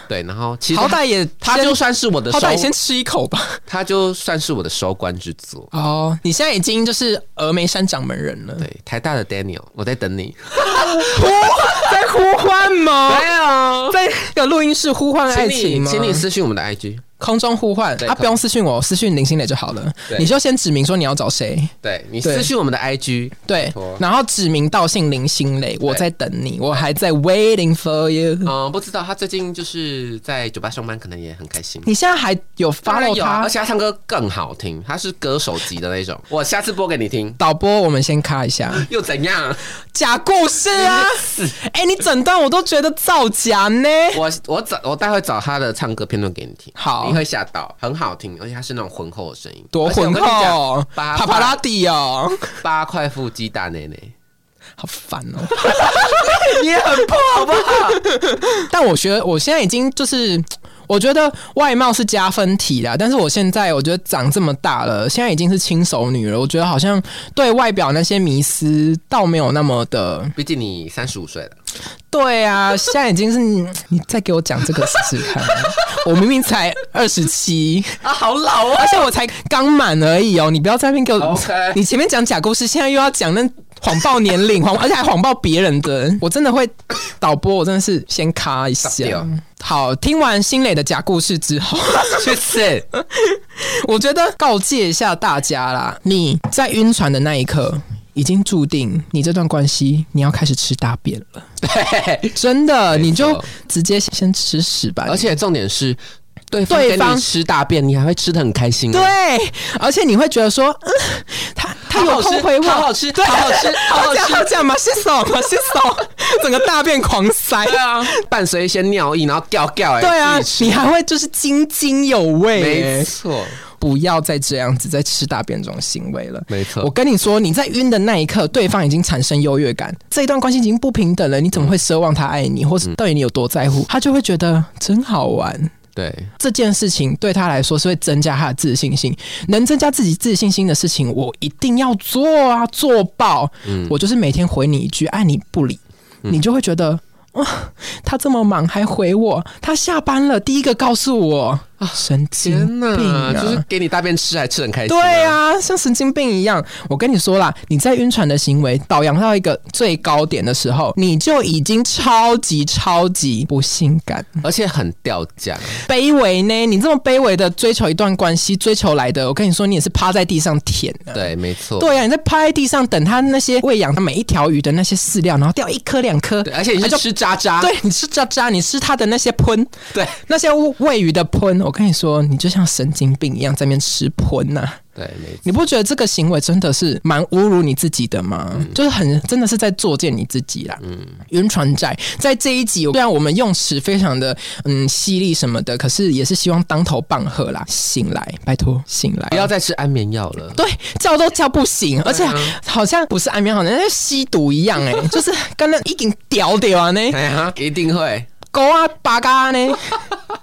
A: 对，然后其实
B: 好
A: 他
B: 歹也
A: 他
B: 先
A: 就算是我的
B: 好
A: 收，
B: 歹也先吃一口吧。
A: 他就算是我的收官之作。
B: 哦，你现在已经就是峨眉山掌门人了，
A: 对，台大的 Daniel，我在等你。
B: 呼在呼唤吗？
A: 没有，
B: 啊在有录音室呼唤爱
A: 请
B: 情
A: 你，
B: 吗？
A: 请你私信我们的 IG。
B: 空中呼唤
A: 对
B: 啊，
A: 空
B: 不用私讯我，私讯林心磊就好了。
A: 对
B: 你就先指明说你要找谁，
A: 对你
B: 对
A: 私信我们的 IG，
B: 对
A: 托，
B: 然后指名道姓林心磊，我在等你，我还在 waiting for you。
A: 嗯、不知道他最近就是在酒吧上班，可能也很开心。
B: 你现在还有
A: 当然
B: follow
A: 有啊，
B: 他
A: 而？且他唱歌更好听，他是歌手级的那种。我下次播给你听，
B: 导播，我们先卡一下
A: 又怎样？
B: 假故事 啊！哎、你整段我都觉得造假呢。
A: 我我找我待会找他的唱歌片段给你听，
B: 好
A: 你会吓到，很好听，而且他是那种浑厚的声音，
B: 多浑
A: 而且我跟你讲
B: 厚，哦
A: 八
B: 帕帕拉蒂哦，
A: 八块腹肌大内内，
B: 好烦 哦！你也很破好不好？ 但我觉得我现在已经就是，我觉得外貌是加分题啦，但是我现在我觉得长这么大了，现在已经是轻熟女了，我觉得好像对外表那些迷思倒没有那么的。
A: 毕竟你三十五岁了，
B: 对 啊，现在已经是你再给我讲这个试试看，我明明才二十七。
A: 啊，好老哦。
B: 而且我才刚满而已哦，你不要在那边给我
A: OK
B: 你前面讲假故事，现在又要讲那谎报年龄，谎而 且还谎报别人的，我真的会导播，我真的是先卡一下
A: 傻掉。
B: 好，听完新磊的假故事之后，
A: 去死！
B: 我觉得告诫一下大家啦，你在晕船的那一刻。已经注定你这段关系，你要开始吃大便 了，
A: 对，
B: 真的，你
A: 没错
B: 就直接先吃屎吧。
A: 而且重点是，对
B: 对
A: 给
B: 方
A: 你吃大便，你还会吃的很开心、啊
B: 对，，而且你会觉得说，嗯、他他有
A: 好好吃
B: 空回我，
A: 好好吃
B: 对
A: 好 好吃好好吃
B: 这样这样吗？是手吗？是手， 整个大便狂塞。
A: 对啊，伴随一些尿意，然后掉掉、欸，
B: 对啊
A: 自己，吃
B: 你还会就是津津有
A: 没
B: 味。
A: 错，
B: 不要再这样子在吃大便这种行为了。
A: 没错
B: 我跟你说，你在晕的那一刻，对方已经产生优越感，这一段关系已经不平等了。你怎么会奢望他爱你，或
A: 嗯
B: 是对你有多在乎？他就会觉得真好玩。
A: 对。
B: 这件事情对他来说是会增加他的自信心，能增加自己自信心的事情，我一定要做啊，做爆！
A: 嗯
B: 我就是每天回你一句“啊爱你不理”，你就会觉得。哇、他这么忙还回我，他下班了第一个告诉我，神经
A: 啊天
B: 病、啊！
A: 就是给你大便吃还吃得很开心、
B: 对，啊，像神经病一样。我跟你说啦，你在晕船的行为导扬到一个最高点的时候，你就已经超级超级不性感。
A: 而且很掉 价。
B: 卑微呢？你这么卑微的追求一段关系，追求来的，我跟你说，你也是趴在地上舔的。
A: 对，没错。
B: 对呀、啊，你在趴在地上等他那些喂养他每一条鱼的那些饲料，然后掉一颗两颗，
A: 对，而且你
B: 他
A: 是
B: 就
A: 吃渣渣。
B: 对你吃渣渣，你吃他的那些喷，
A: 啊对
B: 那些喂鱼的喷，我跟你说，你就像神经病一样在那边吃喷呐、
A: 对，没错。
B: 你不觉得这个行为真的是蛮侮辱你自己的吗？就是很真的是在作践你自己啦。嗯，晕船仔在这一集，虽然我们用词非常的嗯犀利什么的，可是也是希望当头棒喝啦，醒来，拜托醒来，
A: 不要再吃安眠药 了。
B: 对叫都叫不醒，而且好像不是安眠，好像是吸毒一样、欸，哎，就是跟那一顶屌屌啊呢，
A: 哎呀，一定会！
B: 狗啊拔嘎呢。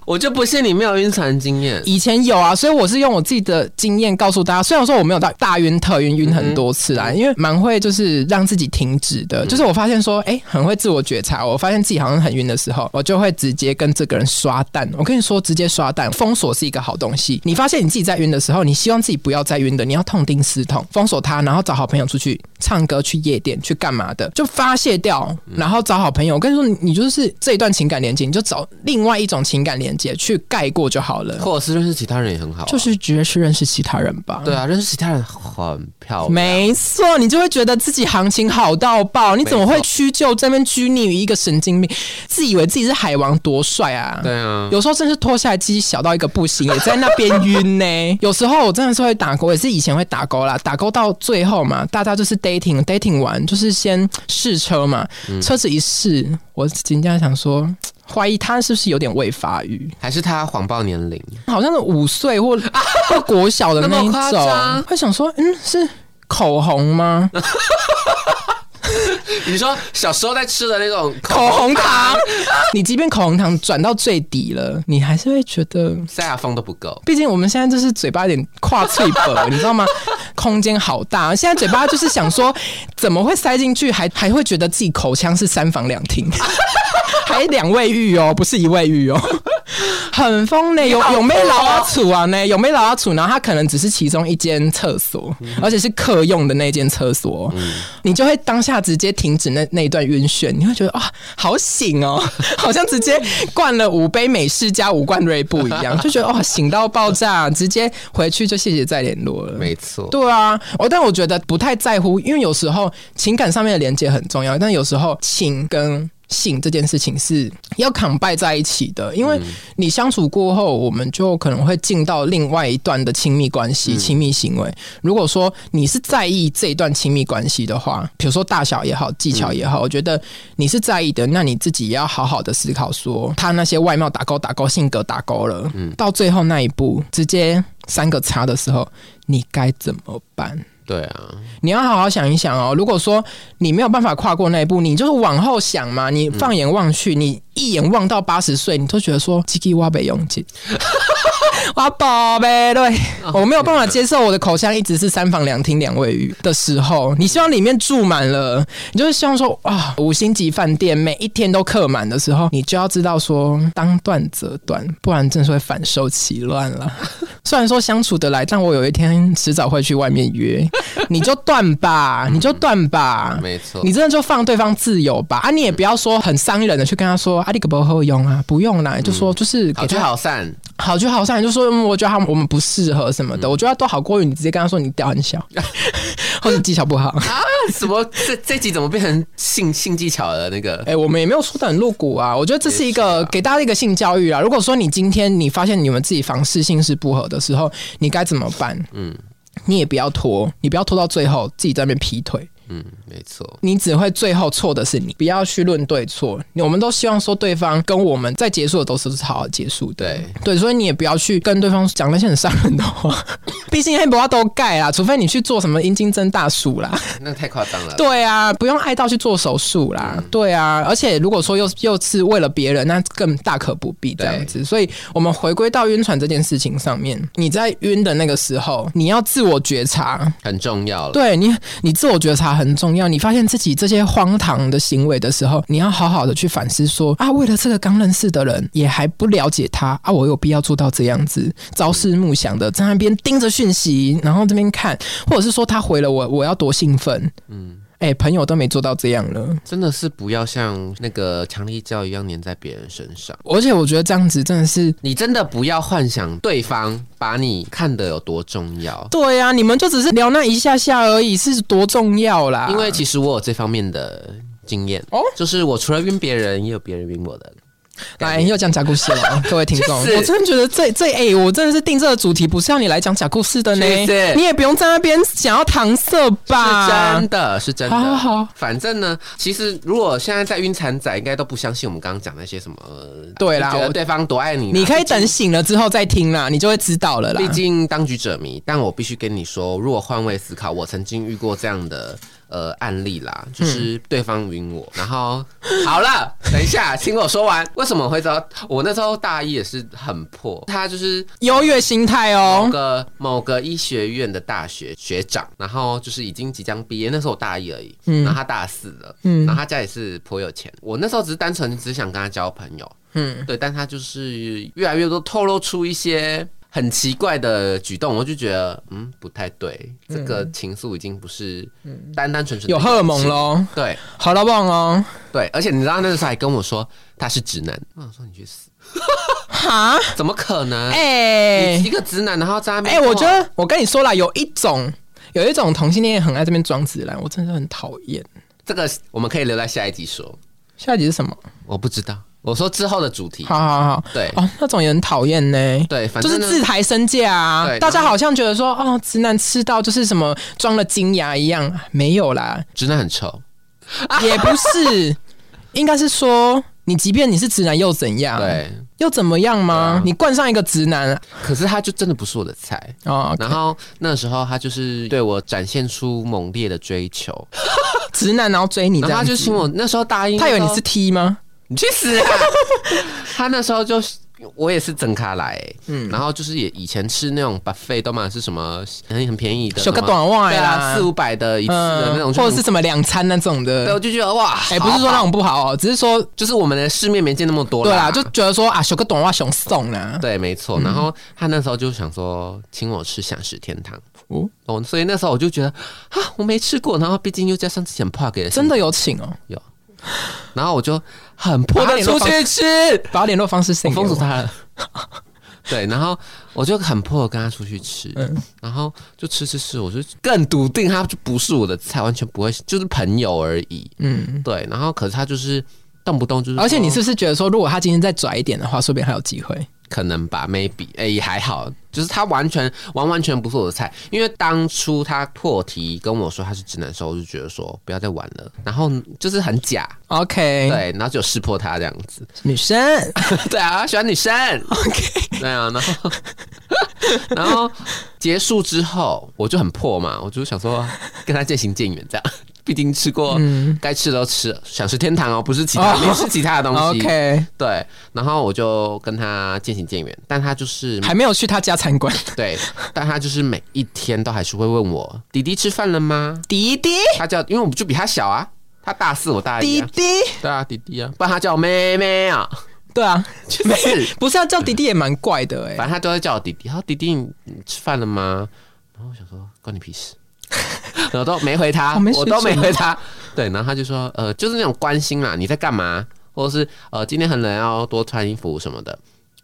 A: 我就不信你没有晕船经验。
B: 以前有啊，所以我是用我自己的经验告诉大家。虽然说我没有到大晕特晕晕很多次啦，因为蛮会就是让自己停止的。就是我发现说，哎、很会自我觉察。我发现自己好像很晕的时候，我就会直接跟这个人刷淡。我跟你说，直接刷淡，封锁是一个好东西。你发现你自己在晕的时候，你希望自己不要再晕的，你要痛定思痛，封锁他，然后找好朋友出去唱歌、去夜店、去干嘛的，就发泄掉，然后找好朋友。我跟你说，你你就是这一段情感连接，你就找另外一种情感连接去盖过就好了。
A: 或者是认识其他人也很好啊、
B: 就是觉得去认识其他人吧。
A: 对啊，认识其他人很啊漂亮。
B: 没错，你就会觉得自己行情好到爆，你怎么会
A: 没错
B: 屈就这边拘泥于一个神经病，自以为自己是海王多帅啊？
A: 对啊，
B: 有时候真是脱下来鸡鸡小到一个不行，也在那边晕呢、 有时候我真的是会打勾，也是以前会打勾啦，打勾到最后嘛，大家就是 dating dating 完，就是先试车嘛，
A: 嗯
B: 车子一试，我紧接着想说，怀疑他是不是有点未发育。
A: 还是他谎报年龄，
B: 好像是五岁 或或国小的那
A: 那
B: 一
A: 么夸张
B: 种，会想说，嗯，是口红吗？
A: 你说小时候在吃的那种
B: 口红糖， 你即便口红糖转到最底了，你还是会觉得，
A: 塞牙缝都不够，
B: 毕竟我们现在就是嘴巴有点跨脆 薄，你知道吗？空间好大，现在嘴巴就是想说，怎么会塞进去，还还会觉得自己口腔是三房两厅， 还两卫浴哦，不是一卫浴哦。很疯呢，有有没老阿楚啊呢？有没老阿楚？然后它可能只是其中一间厕所，而且是客用的那间厕所，哦你就会当下直接停止那那一段晕眩，你会觉得哇、好醒哦， 好像直接灌了五杯美式加五罐瑞布一样，就觉得哇、醒到爆炸，直接回去就谢谢再联络了。
A: 没错，
B: 对啊，我但我觉得不太在乎，因为有时候情感上面的连接很重要，但有时候情跟性这件事情是要 combine 在一起的，因为你相处过后，我们就可能会进到另外一段的亲密关系、亲密行为。如果说你是在意这一段亲密关系的话，比如说大小也好、技巧也好，我觉得你是在意的，那你自己也要好好的思考说，他那些外貌打勾、打勾、性格打勾了，到最后那一步直接三个叉的时候，你该怎么办？
A: 对啊，
B: 你要好好想一想哦。如果说你没有办法跨过那一步，你就是往后想嘛。你放眼望去，你一眼望到八十岁，你都觉得说“叽叽哇被用尽”， 哇宝贝，对
A: 啊
B: 我
A: 哦
B: 没有办法接受我的口腔一直是三房两厅两卫浴的时候，你希望里面住满了，你就是希望说啊，五星级饭店每一天都客满的时候，你就要知道说当断则断，不然真的是会反受其乱了。 虽然说相处得来，但我有一天迟早会去外面约，你就断吧，你就断吧。
A: 啊没错
B: 你，真的就放对方自由吧，啊，你也不要说很伤人的去跟他说啊，你可不可以用啊？不用啦，就说就是
A: 嗯好
B: 给
A: 聚
B: 他
A: 好散，
B: 好聚好散，就说、嗯、我觉得他们我们不适合什么
A: 嗯
B: 的，我觉得都好过于你直接跟他说你屌很 小，或者技巧不好。
A: 啊什么这这集怎么变成性性技巧的那个？
B: 哎、我们也没有说的很露骨啊，我觉得这是一
A: 也
B: 个
A: 是啊
B: 给大家一个性教育啊。如果说你今天你发现你们自己房事性是不合的时候，你该怎么办？嗯
A: 嗯，
B: 你也不要拖，你不要拖到最后自己在那边劈腿。
A: 嗯，没错，
B: 你只会最后错的是你，不要去论对错。我们都希望说对方跟我们在结束的都是好好结束的，
A: 对
B: 对，所以你也不要去跟对方讲那些很伤人的话，毕竟黑不要都盖啦，除非你去做什么阴茎增大术啦，
A: 那太夸张了。
B: 对啊，不用爱到去做手术啦，对啊，而且如果说又又是为了别人，那更大可不必这样子。所以我们回归到晕船这件事情上面，你在晕的那个时候，你要自我觉察，
A: 很重要了。
B: 对你，你自我觉察很重要。你发现自己这些荒唐的行为的时候，你要好好的去反思说啊，为了这个刚认识的人，也还不了解他啊，我有必要做到这样子，朝思暮想的在那边盯着讯息，然后这边看，或者是说他回了我，我要多兴奋？嗯，哎、朋友都没做到这样了。
A: 真的是不要像那个强力胶一样粘在别人身上。
B: 而且我觉得这样子真的是，
A: 你真的不要幻想对方把你看得有多重要，
B: 对呀、你们就只是聊那一下下而已，是多重要啦！
A: 因为其实我有这方面的经验。
B: 啊哦
A: 哦，就是我除了晕别人，也有别人晕我的。
B: 来，哎又讲假故事 了，各位听众，
A: 确实
B: 我真的觉得这这哎、我真的是定这个主题，不是要你来讲假故事的呢
A: 确实，
B: 你也不用在那边想要搪塞吧。
A: 是真的，是真的。
B: 好好好
A: 反正呢，其实如果现在在晕船仔，应该都不相信我们刚刚讲那些什么。呃
B: 对啦
A: 就觉
B: 我
A: 得对方多爱你，
B: 你可以等醒了之后再听啦，你就会知道了啦
A: 毕。竟当局者迷，但我必须跟你说，如果换位思考，我曾经遇过这样的呃案例啦，就是对方晕我，然后好了，等一下，听我说完，为什么我会知道？我那时候大一也是很破，他就是
B: 优越心态
A: 某
B: 哦，
A: 个某个医学院的大学学长，然后就是已经即将毕业，那时候我大一而已，
B: 嗯
A: 然后他大四了，然后他家也是颇有钱，我那时候只是单纯只想跟他交朋友，
B: 嗯
A: 嗯，对，但他就是越来越多透露出一些。很奇怪的举动，我就觉得，嗯，不太对，这个情愫已经不是单单纯
B: 嗯
A: 纯的
B: 有荷尔蒙喽，
A: 友情，对
B: 好了棒哦，
A: 对，而且你知道那时候还跟我说他是直男，我想说你去死，
B: 哈，
A: 怎么可 能？
B: 哎、
A: 你一个直男，然后在那边
B: 哎、我
A: 跟
B: 觉得我跟你说啦，有一种有一种同性恋很爱这边装直男，我真的很讨厌。
A: 这个我们可以留在下一集说，
B: 下一集是什么？
A: 我不知道。我说之后的主题，
B: 好好好，
A: 对
B: 哦，那种也很讨厌呢。
A: 对，反
B: 就是
A: 正呢
B: 自抬身价啊！
A: 对
B: 大家
A: 然后
B: 好像觉得说，哦，直男吃到就是什么装了金牙一样，没有 啦，
A: 直男很臭，
B: 也不是，应该是说，你即便你是直男又怎样？，
A: 对，啊
B: 又怎么样吗？你冠上一个直男啊
A: 可是他就真的不是我的菜。
B: 哦
A: 然后那时候他就是对我展现出猛烈的追求，
B: 直男然后追 你这
A: 然后
B: 样
A: 他
B: 子，
A: 就请我，那时候答应，
B: 他以为你是 T 吗？
A: 你去 死啊！他那时候就我也是整卡来，嗯，然后就是也以前吃那种 buffet 都嘛是什么很很便宜的，
B: 小个
A: 什么
B: 短袜
A: 对
B: 啦
A: 啊，四五百的一次的那种，
B: 嗯或者
A: 就是
B: 什么两餐那种
A: 对，我
B: 的。
A: 就觉得哇，
B: 哎、不是说
A: 好
B: 那
A: 好
B: 种不好哦，只是说，
A: 就是我们的世面没见那么多
B: 对
A: 啦，
B: 啦，就嗯觉得说啊，小个短袜熊送啊啦。
A: 对，没错。然后他那时候就想说请我吃享食天堂。
B: 哦
A: 哦所以那时候我就觉得啊，我没吃过，然后毕竟又加上之前怕给的
B: 真的有请哦，
A: 有，然后我就很迫的出去吃，
B: 把联络方式
A: 我
B: 送给
A: 封锁
B: 我。
A: 他了。对，然后我就很迫的跟他出去吃，
B: 嗯
A: 然后就吃吃吃，我就更笃定他就不是我的菜，完全不会，就是朋友而已。
B: 嗯，
A: 对，然后可是他就是动不动就是说，
B: 而且你是不是觉得说，如果他今天再拽一点的话，说不定还有机会？
A: 可能吧，maybe，哎、也还好，就是他完全完完全不是我的菜，因为当初他破题跟我说他是直男的时候，我就觉得说不要再玩了，然后就是很假，
B: OK，
A: 对，然后就识破他这样子，
B: 女生
A: 对啊，喜欢 女生，OK，对啊，然后然后结束之后，我就很破嘛，我就想说跟他渐行渐远这样，毕竟吃过该吃的都吃了，想吃天堂哦，不是其他，
B: 嗯哦
A: 没吃其他的东西
B: ，OK，
A: 对，然后我就跟他渐行渐远，但他就是
B: 还没有去他家参观。
A: 对，但他就是每一天都还是会问我：“弟弟吃饭了吗
B: 弟弟，？”
A: 他叫，因为我就比他小啊，他大四，我大一、
B: 弟
A: 啊。
B: 弟，
A: 对啊，弟弟啊，不然他叫我妹妹啊，
B: 对啊，
A: 就是，
B: 不是要叫弟弟也蛮怪的哎、
A: 反正他都会叫我弟弟。他说：“弟弟，你你吃饭了吗？”然后我想说，关你屁事，然后都没回他，
B: 好没哦
A: 我
B: 水
A: 都没
B: 准
A: 回他。对，然后他就说：“呃，就是那种关心啦，你在干嘛？或者是呃，今天很冷，要多穿衣服什么的。”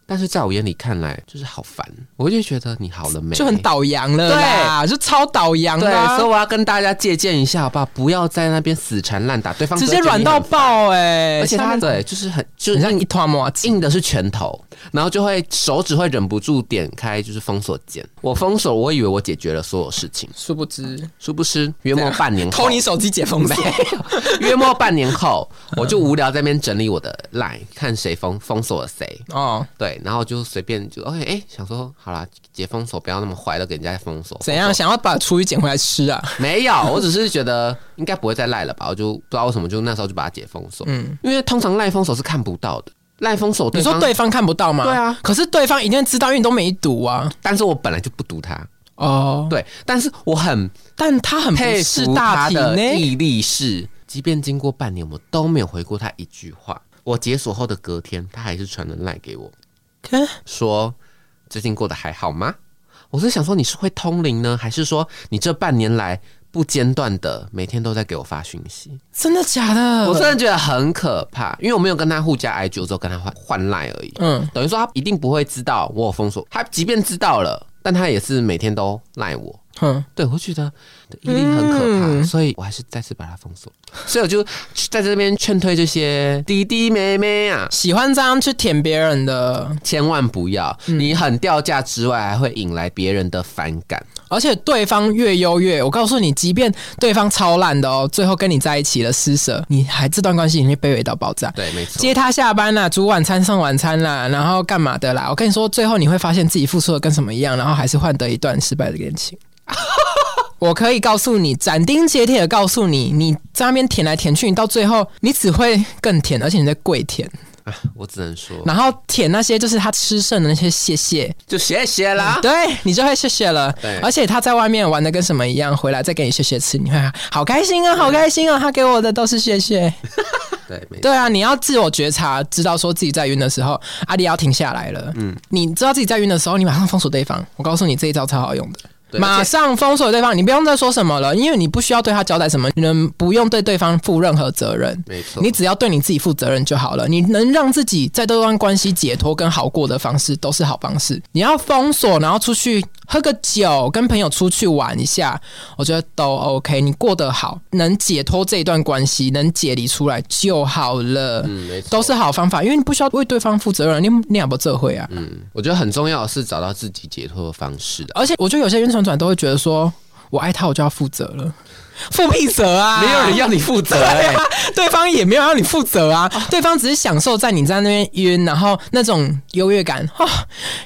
A: 但是在我眼里看来，就是好烦，我就觉得你好了没？
B: 就很倒洋了
A: 对
B: 啦，就超倒洋
A: 对，
B: 啦
A: 所以，我要跟大家借鉴一下，好不好？不要在那边死缠烂打，对方
B: 直
A: 只
B: 接
A: 会觉得
B: 软
A: 你
B: 到
A: 很烦，
B: 爆哎、
A: 而且
B: 下
A: 他
B: 面
A: 对就是很嗯就
B: 很像
A: 硬
B: 一团麻鸡。
A: 硬的是拳头，然后就会手指会忍不住点开就是封锁键。我封锁，我以为我解决了所有事情，
B: 殊不知
A: 殊不知约莫半年后
B: 偷，你手机解封呗，
A: 约莫半年后，我就无聊在那边整理我的 line，看谁封封锁了谁。
B: 哦，
A: 对，然后就随便就 OK，哎、想说好啦，解封锁不要那么坏，都给人家封锁。
B: 怎样？想要把厨余捡回来吃啊？
A: 没有，我只是觉得应该不会再赖了吧，我就不知道为什么，就那时候就把它解封锁。
B: 嗯
A: 嗯，因为通常赖封锁是看不到的，赖封锁
B: 你说
A: 方，
B: 对方看不到吗？
A: 对啊，
B: 可是对方一定知道，因为你都没读啊。
A: 但是我本来就不读它，
B: 哦，
A: 对，但是我很
B: 但他很不
A: 佩
B: 识
A: 服
B: 大
A: 他
B: 体
A: 的
B: 呢。
A: 毅力是，即便经过半年，我都没有回过他一句话。我解锁后的隔天，他还是传了赖给我，
B: 嗯
A: 说最近过得还好吗？我是想说你是会通灵呢，还是说你这半年来不间断的每天都在给我发讯息？
B: 真的假的？
A: 我真的觉得很可怕，因为我没有跟他互加 IG，我只有跟他换换赖而已。
B: 嗯，
A: 等于说他一定不会知道我有封锁，他即便知道了，但他也是每天都赖我。
B: 哼，
A: 对，我觉得毅力很可怕，
B: 嗯
A: 所以我还是再次把他封锁。所以我就在这边劝退这些弟弟妹妹啊，
B: 喜欢这样去舔别人的，
A: 千万不要，
B: 嗯
A: 你很掉价之外，还会引来别人的反感。
B: 而且对方越优越，我告诉你，即便对方超烂的哦，最后跟你在一起了施舍，你还这段关系已经卑微到爆炸。
A: 对，没错。
B: 接他下班啦，煮晚餐送晚餐啦，然后干嘛的啦？我跟你说，最后你会发现自己付出的跟什么一样，然后还是换得一段失败的恋情。 我可以告诉你，斩钉截铁的告诉你，你在那边舔来舔去，你到最后你只会更舔，而且你在跪舔，
A: 啊我只能说，
B: 然后舔那些就是他吃剩的那些谢谢，
A: 就谢谢啦。
B: 对你就会谢谢了
A: 对。
B: 而且他在外面玩的跟什么一样，回来再给你谢谢吃，你会好开心啊，好开心啊！他给我的都是谢谢。
A: 对，没错。
B: 对啊，你要自我觉察，知道说自己在晕的时候，阿迪要停下来了。嗯，你知道自己在晕的时候，你马上封锁对方。我告诉你，这一招超好用的。
A: 对
B: 马上封锁对方，你不用再说什么了，因为你不需要对他交代什么，你能不用对对方负任何责任，
A: 没错
B: 你只要对你自己负责任就好了。你能让自己在这段关系解脱跟好过的方式都是好方式。你要封锁，然后出去喝个酒，跟朋友出去玩一下，我觉得都 OK。你过得好，能解脱这一段关系，能解离出来就好了。
A: 嗯，没错。
B: 都是好方法，因为你不需要为对方负责任，你你也不这会啊。
A: 嗯，我觉得很重要的是找到自己解脱的方式的。
B: 而且我觉得有些晕船转都会觉得说，我爱他，我就要负责了，负屁责啊！
A: 没有人要你负责、欸，
B: 对啊 对方也没有让你负责啊，对方只是享受在你在那边晕，然后那种优越感 啊、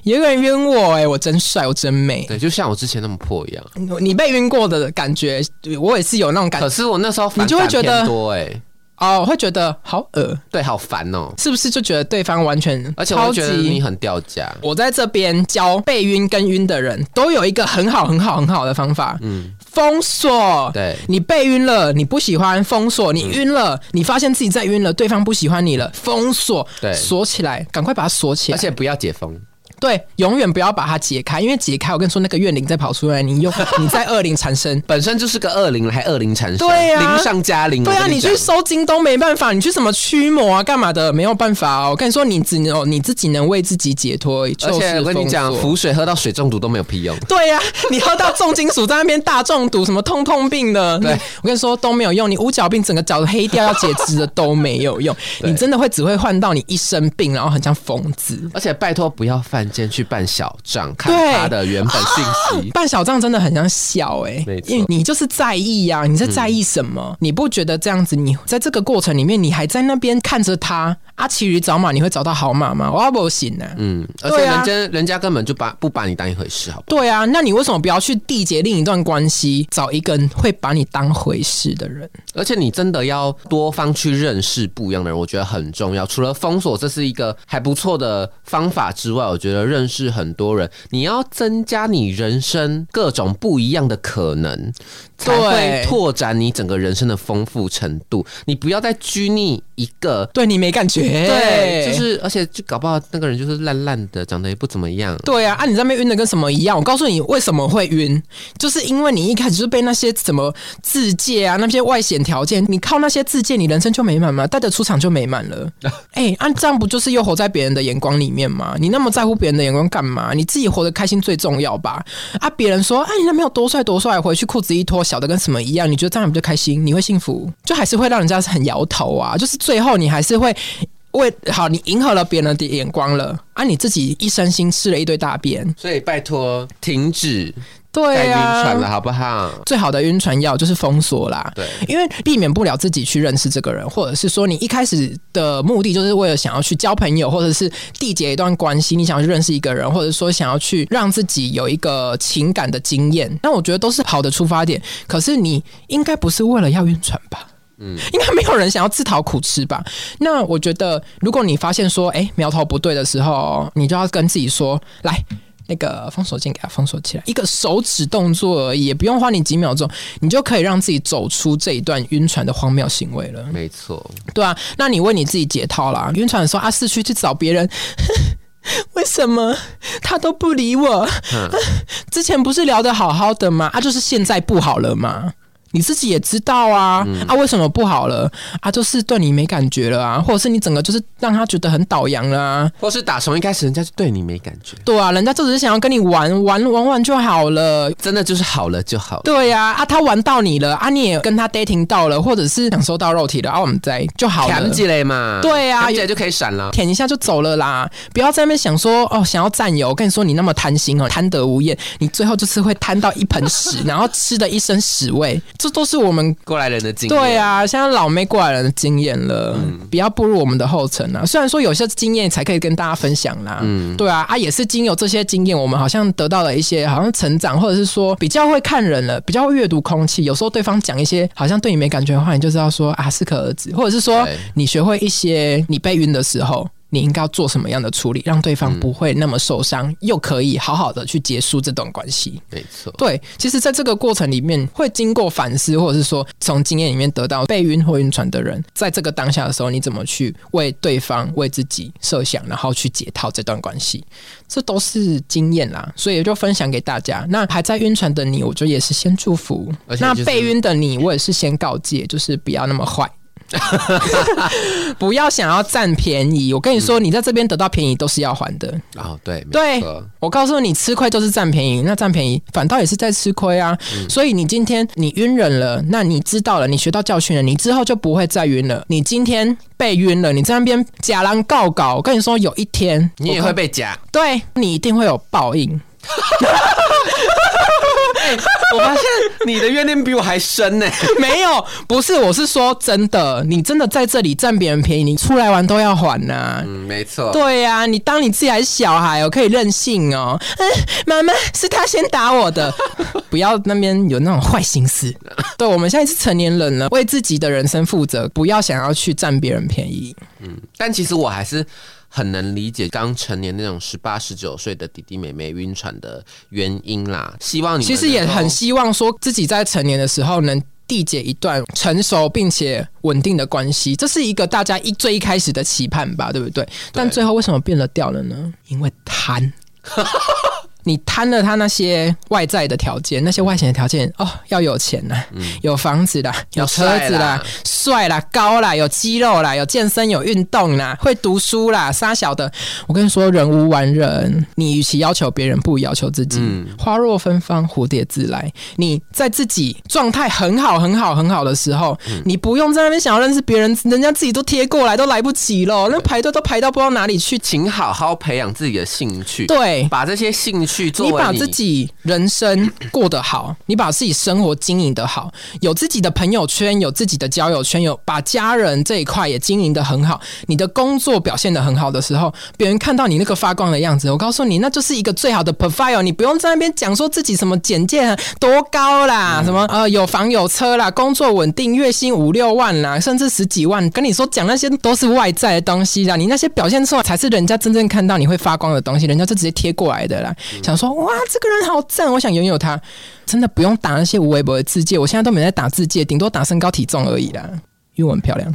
B: 有一个人晕我、哎，我真帅，我真美。
A: 对，就像我之前那么破一样。
B: 你被晕过的感觉，我也是有那种感
A: 可是我那时候反
B: 你就会
A: 感
B: 觉得
A: 偏多哎、
B: 哦，会觉得好恶，
A: 对，好烦哦、
B: 是不是就觉得对方完全
A: 而且我
B: 超
A: 会觉得你
B: 级？
A: 很掉价，
B: 我在这边教被晕跟晕的人都有一个很好、很好、很好的方法，
A: 嗯，
B: 封锁。
A: 对，
B: 你被晕了，你不喜欢封锁；
A: 嗯
B: 你晕了，你发现自己在晕了，对方不喜欢你了，封锁，
A: 对
B: 锁起来，赶快把它锁起来。
A: 而且不要解封，
B: 对，永远不要把它解开，因为解开，我跟你说，那个怨灵再跑出来，你 又你在恶灵缠身。
A: 本身就是个恶灵，还恶灵缠身，
B: 对啊
A: 零上加零。
B: 对
A: 嗯我
B: 啊，
A: 跟
B: 你
A: 讲
B: 去收金都没办法，你去什么驱魔啊、干嘛的，没有办法哦。我跟你说，你只能你自己能为自己解脱，
A: 而
B: 就
A: 且
B: 是
A: 我跟你
B: 封
A: 讲，
B: 锁
A: 浮水喝到水中毒都没有屁用。
B: 对呀、你喝到重金属在那边大中毒，什么痛痛病的，
A: 对
B: 你我跟你说都没有用。你五角病整个脚黑掉要截肢的都没有用，
A: 对嗯
B: 你真的会只会患到你一身病，然后很像疯子。
A: 而且拜托不要犯贱去办小账，看
B: 对啊
A: 他的原本信息。
B: 办小账真的很像笑哎、
A: 没错嗯
B: 因为你就是在意呀、你在在意什么？你不觉得这样子，你在这个过程里面，你还在那边看着他阿奇驴找马，你会找到好马吗？我不行呢、
A: 嗯，而且
B: 对
A: 人
B: 啊
A: 家、人家根本就把不把你当一回事，好不好？
B: 对啊，那你为什么不要去缔结另一段关系，找一个会把你当回事的人？
A: 而且你真的要多方去认识不一样的人，我觉得很重要。除了封锁这是一个还不错的方法之外，我觉得认识很多人，你要增加你人生各种不一样的可能，才
B: 对
A: 会拓展你整个人生的丰富程度。你不要再拘泥一个。
B: 对你没感觉，
A: 对，就是，而且就搞不好那个人就是烂烂的，长得也不怎么样。
B: 对啊，啊，你在那边晕的跟什么一样？我告诉你为什么会晕，就是因为你一开始就是被那些什么自介啊，那些外显条件，你靠那些自介，你人生就美满吗？带着出场就美满 了。哎、啊，这样不就是又活在别人的眼光里面吗？你那么在乎别人的眼光干嘛？你自己活得开心最重要吧？啊，别人说啊，你男朋友多帅多帅，回去裤子一脱，小的跟什么一样，你觉得这样比较开心？你会幸福？就还是会让人家很摇头啊？就是最后你还是会为好，你迎合了别人的眼光了啊！你自己一身心吃了一堆大便，
A: 所以拜托，停止再
B: 对
A: 晕船了，
B: 啊，
A: 好不好？
B: 最好的晕船药就是封锁啦。
A: 对，
B: 因为避免不了自己去认识这个人，或者是说你一开始的目的就是为了想要去交朋友，或者是缔结一段关系，你想要去认识一个人，或者说想要去让自己有一个情感的经验，那我觉得都是好的出发点。可是你应该不是为了要晕船吧？嗯，应该没有人想要自讨苦吃吧？那我觉得，如果你发现说，哎、苗头不对的时候，你就要跟自己说，来，那个封锁键给它封锁起来，一个手指动作而已，也不用花你几秒钟，你就可以让自己走出这一段晕船的荒谬行为了，
A: 没错，
B: 对啊，那你为你自己解套啦。晕船的时候啊，市区去找别人。 为什么他都不理我？啊之前不是聊得好好的吗？啊，就是现在不好了嘛。你自己也知道啊，啊，为什么不好了？啊，就是对你没感觉了啊，或者是你整个就是让他觉得很倒洋了啊。
A: 或是打从一开始人家就对你没感觉，
B: 对啊，人家就只是想要跟你玩玩玩玩就好了。
A: 真的就是好了就好了。
B: 对呀、啊，他玩到你了，啊，你也跟他 dating 到了，或者是享受到肉体了，啊，我们再就好了
A: 扛。起来嘛，
B: 对啊
A: 扛起来就可以闪了。
B: 舔一下就走了啦，不要在那边想说哦，想要占有。我跟你说，你那么贪心哦，贪得无厌，你最后就是会贪到一盆屎，然后吃的一身屎味。 这都是我们
A: 过来人的经验，
B: 对，啊，现在老妹过来人的经验了，不要步入我们的后尘啊。虽然说有些经验才可以跟大家分享啦，嗯，对啊，啊也是经由这些经验，我们好像得到了一些好像成长，或者是说比较会看人了，比较会阅读空气。有时候对方讲一些好像对你没感觉的话，你就知道说啊适可而止，或者是说
A: 对
B: 你学会一些你被晕的时候。你应该要做什么样的处理，让对方不会那么受伤，又可以好好的去结束这段关系？
A: 没错。
B: 对，其实在这个过程里面，会经过反思，或者是说从经验里面得到被晕或晕船的人，在这个当下的时候，你怎么去为对方、为自己设想，然后去解套这段关系，这都是经验啦。所以就分享给大家。那还在晕船的你，我觉得也是先祝福；
A: 而且
B: 那
A: 就是
B: 被晕的你，我也是先告诫，就是不要那么坏。 不要想要占便宜，我跟你说，你在这边得到便宜都是要还的。
A: 哦，对，没
B: 对
A: 错
B: 我告诉你，吃亏就是占便宜，那占便宜反倒也是在吃亏啊。
A: 嗯
B: 所以你今天你晕人了，那你知道了，你学到教训了，你之后就不会再晕了。你今天被晕了，你在那边假狼告告，我跟你说，有一天
A: 你也
B: 我
A: 会
B: 跟，
A: 被夹。
B: 对你一定会有报应。
A: 哎、哎、我发现你的怨念比我还深呢、
B: 没有，不是，我是说真的，你真的在这里占别人便宜，你出来玩都要还啊呐、
A: 嗯，没错。
B: 对呀、你当你自己还是小孩哦，可以任性哦。嗯，妈妈是他先打我的，不要那边有那种坏心思。对，我们现在是成年人了，为自己的人生负责，不要想要去占别人便宜。
A: 但其实我还是很能理解刚成年那种十八、十九岁的弟弟妹妹晕船的原因啦。希望你们
B: 其实也
A: 能够
B: 很希望说自己在成年的时候能。缔结一段成熟并且稳定的关系，这是一个大家一最一开始的期盼吧，对不对？但最后为什么变了调了呢？因为贪，你贪了他那些外在的条件，那些外显的条件哦，要有钱啦，有房子啦，嗯有车子啦
A: 要，
B: 帅啦，高啦，有肌肉啦，有健身，有运动啦，会读书啦，傻小的。我跟你说，人无完人，你与其要求别人，不如要求自己。花若芬芳，蝴蝶自来。你在自己状态很好、很好、很好的时候，你不用在那边想要认识别人，人家自己都贴过来，都来不及了，那排队都排到不知道哪里去。
A: 请好好培养自己的兴趣，
B: 对，
A: 把这些兴趣作
B: 你
A: 为
B: 把自己人生过得好，你把自己生活经营得好，有自己的朋友圈，有自己的交友圈，有把家人这一块也经营得很好，你的工作表现得很好的时候，别人看到你那个发光的样子，我告诉你，那就是一个最好的 profile。你不用在那边讲说自己什么简介啊多高啦，什么呃有房有车啦，工作稳定，月薪五六万啦，甚至十几万，跟你说讲那些都是外在的东西啦，你那些表现出来才是人家真正看到你会发光的东西，人家就直接贴过来的啦。想说哇，这个人好赞，我想拥有他。真的不用打那些无微博的字界，我现在都没在打字界，顶多打身高体重而已啦，因为我很漂亮。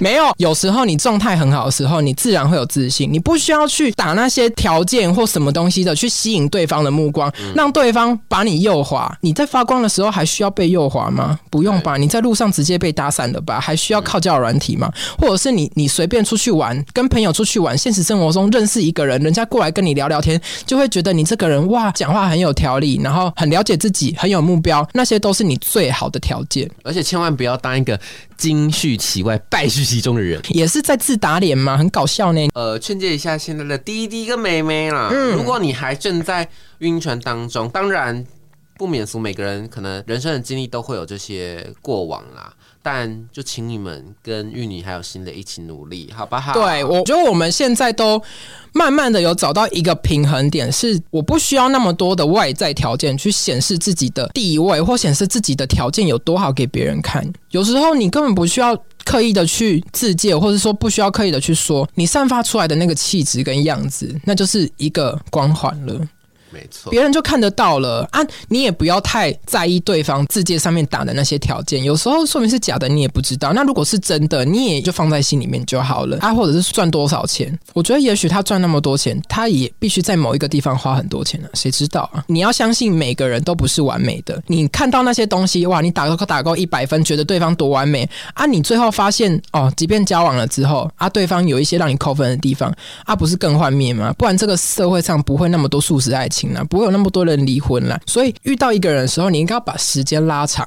B: 没有，有时候你状态很好的时候，你自然会有自信，你不需要去打那些条件或什么东西的去吸引对方的目光，让对方把你诱惑。啊你在发光的时候还需要被诱惑吗？不用吧，你在路上直接被搭讪了吧？还需要靠交友软体吗？或者是你你随便出去玩，跟朋友出去玩，现实生活中认识一个人，人家过来跟你聊聊天，就会觉得你这个人哇，讲话很有条理，然后很了解自己，很有目标，那些都是你最好的条件。
A: 而且千万不要当一个金絮其外败絮其中的人。
B: 也是在自打脸嘛，很搞笑呢。
A: 呃，劝诫一下现在的滴滴跟妹妹啦，如果你还正在晕船当中，当然不免俗，每个人可能人生的经历都会有这些过往啦。但就请你们跟玉女还有新的一起努力，好不好？
B: 对，我觉得我们现在都慢慢的有找到一个平衡点，是我不需要那么多的外在条件去显示自己的地位或显示自己的条件有多好给别人看。有时候你根本不需要。刻意的去自介，或者说不需要刻意的去说，你散发出来的那个气质跟样子，那就是一个光环了。
A: 没错。
B: 别人就看得到了啊！你也不要太在意对方字界上面打的那些条件，有时候说明是假的，你也不知道。那如果是真的，你也就放在心里面就好了啊。或者是赚多少钱？我觉得也许他赚那么多钱，他也必须在某一个地方花很多钱啊，谁知道啊？你要相信每个人都不是完美的。你看到那些东西，哇，你打勾打勾一百分，觉得对方多完美啊，你最后发现哦，即便交往了之后啊，对方有一些让你扣分的地方，啊，不是更幻灭吗？不然这个社会上不会那么多素食爱情啦，不会有那么多人离婚啦。所以遇到一个人的时候，你应该要把时间拉长。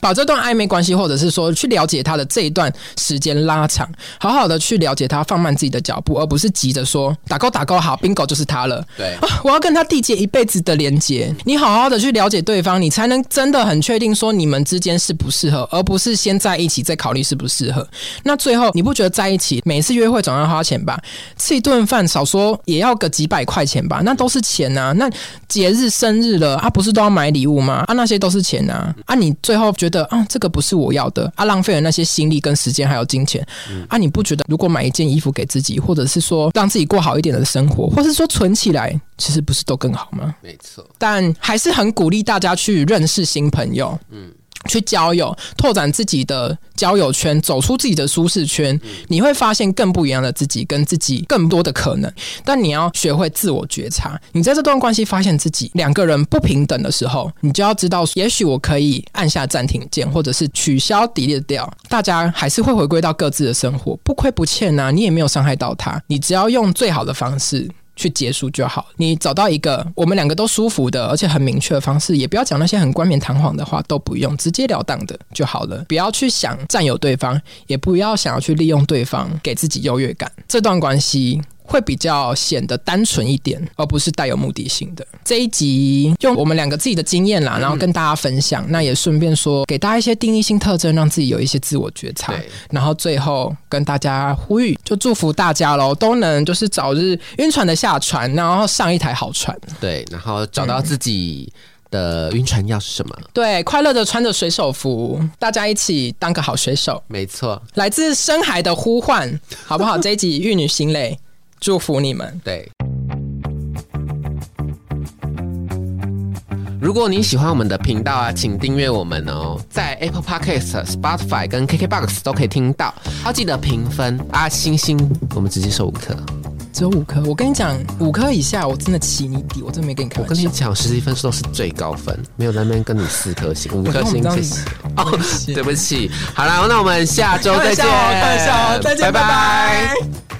B: 把这段暧昧关系，或者是说去了解他的这一段时间拉长，好好的去了解他，放慢自己的脚步，而不是急着说打勾打勾好，bingo 就是他了。
A: 对，
B: 啊，我要跟他缔结一辈子的连结。你好好的去了解对方，你才能真的很确定说你们之间适不适合，而不是先在一起再考虑适不适合。那最后你不觉得在一起每次约会总要花钱吧？吃一顿饭少说也要个几百块钱吧？那都是钱呐、那节日、生日了啊，不是都要买礼物吗？啊，那些都是钱呐、啊。你最后觉得啊，这个不是我要的啊，浪费了那些心力跟时间还有金钱、啊，你不觉得如果买一件衣服给自己，或者是说让自己过好一点的生活，或是说存起来，其实不是都更好吗？
A: 没错。
B: 但还是很鼓励大家去认识新朋友，嗯，去交友，拓展自己的交友圈，走出自己的舒适圈，你会发现更不一样的自己，跟自己更多的可能。但你要学会自我觉察，你在这段关系发现自己两个人不平等的时候，你就要知道，也许我可以按下暂停键，或者是取消、delete 掉，大家还是会回归到各自的生活，不亏不欠啊，你也没有伤害到他，你只要用最好的方式去结束就好。你找到一个我们两个都舒服的，而且很明确的方式，也不要讲那些很冠冕堂皇的话，都不用，直截了当的就好了。不要去想占有对方，也不要想要去利用对方给自己优越感。这段关系，会比较显得单纯一点，而不是带有目的性的。这一集用我们两个自己的经验啦，然后跟大家分享，那也顺便说给大家一些定义性特征，让自己有一些自我觉察
A: 对。
B: 然后最后跟大家呼吁，就祝福大家喽，都能就是早日晕船的下船，然后上一台好船。
A: 对，然后找到自己的晕船药是什么？
B: 对，快乐的穿着水手服，大家一起当个好水手。
A: 没错，
B: 来自深海的呼唤，好不好？这一集玉女心累，祝福你们。
A: 对。如果您喜欢我们的频道啊，请订阅我们哦，在 Apple Podcast、Spotify 跟 KKBox 都可以听到。要记得评分啊，星星，我们直接收五颗。
B: 只有五颗，我跟你讲，五颗以下我真的起你底，我真的没跟你开
A: 我
B: 玩
A: 跟你
B: 笑。
A: 讲，实习分数都是最高分，没有在那边跟你四颗星、五颗星，
B: 我
A: 谢
B: 跟
A: 谢。
B: 我
A: 哦
B: 们，
A: 对不起。好啦，那我们下周
B: 开玩笑
A: 再见
B: 哦，开玩笑哦，再见，拜
A: 拜
B: 拜。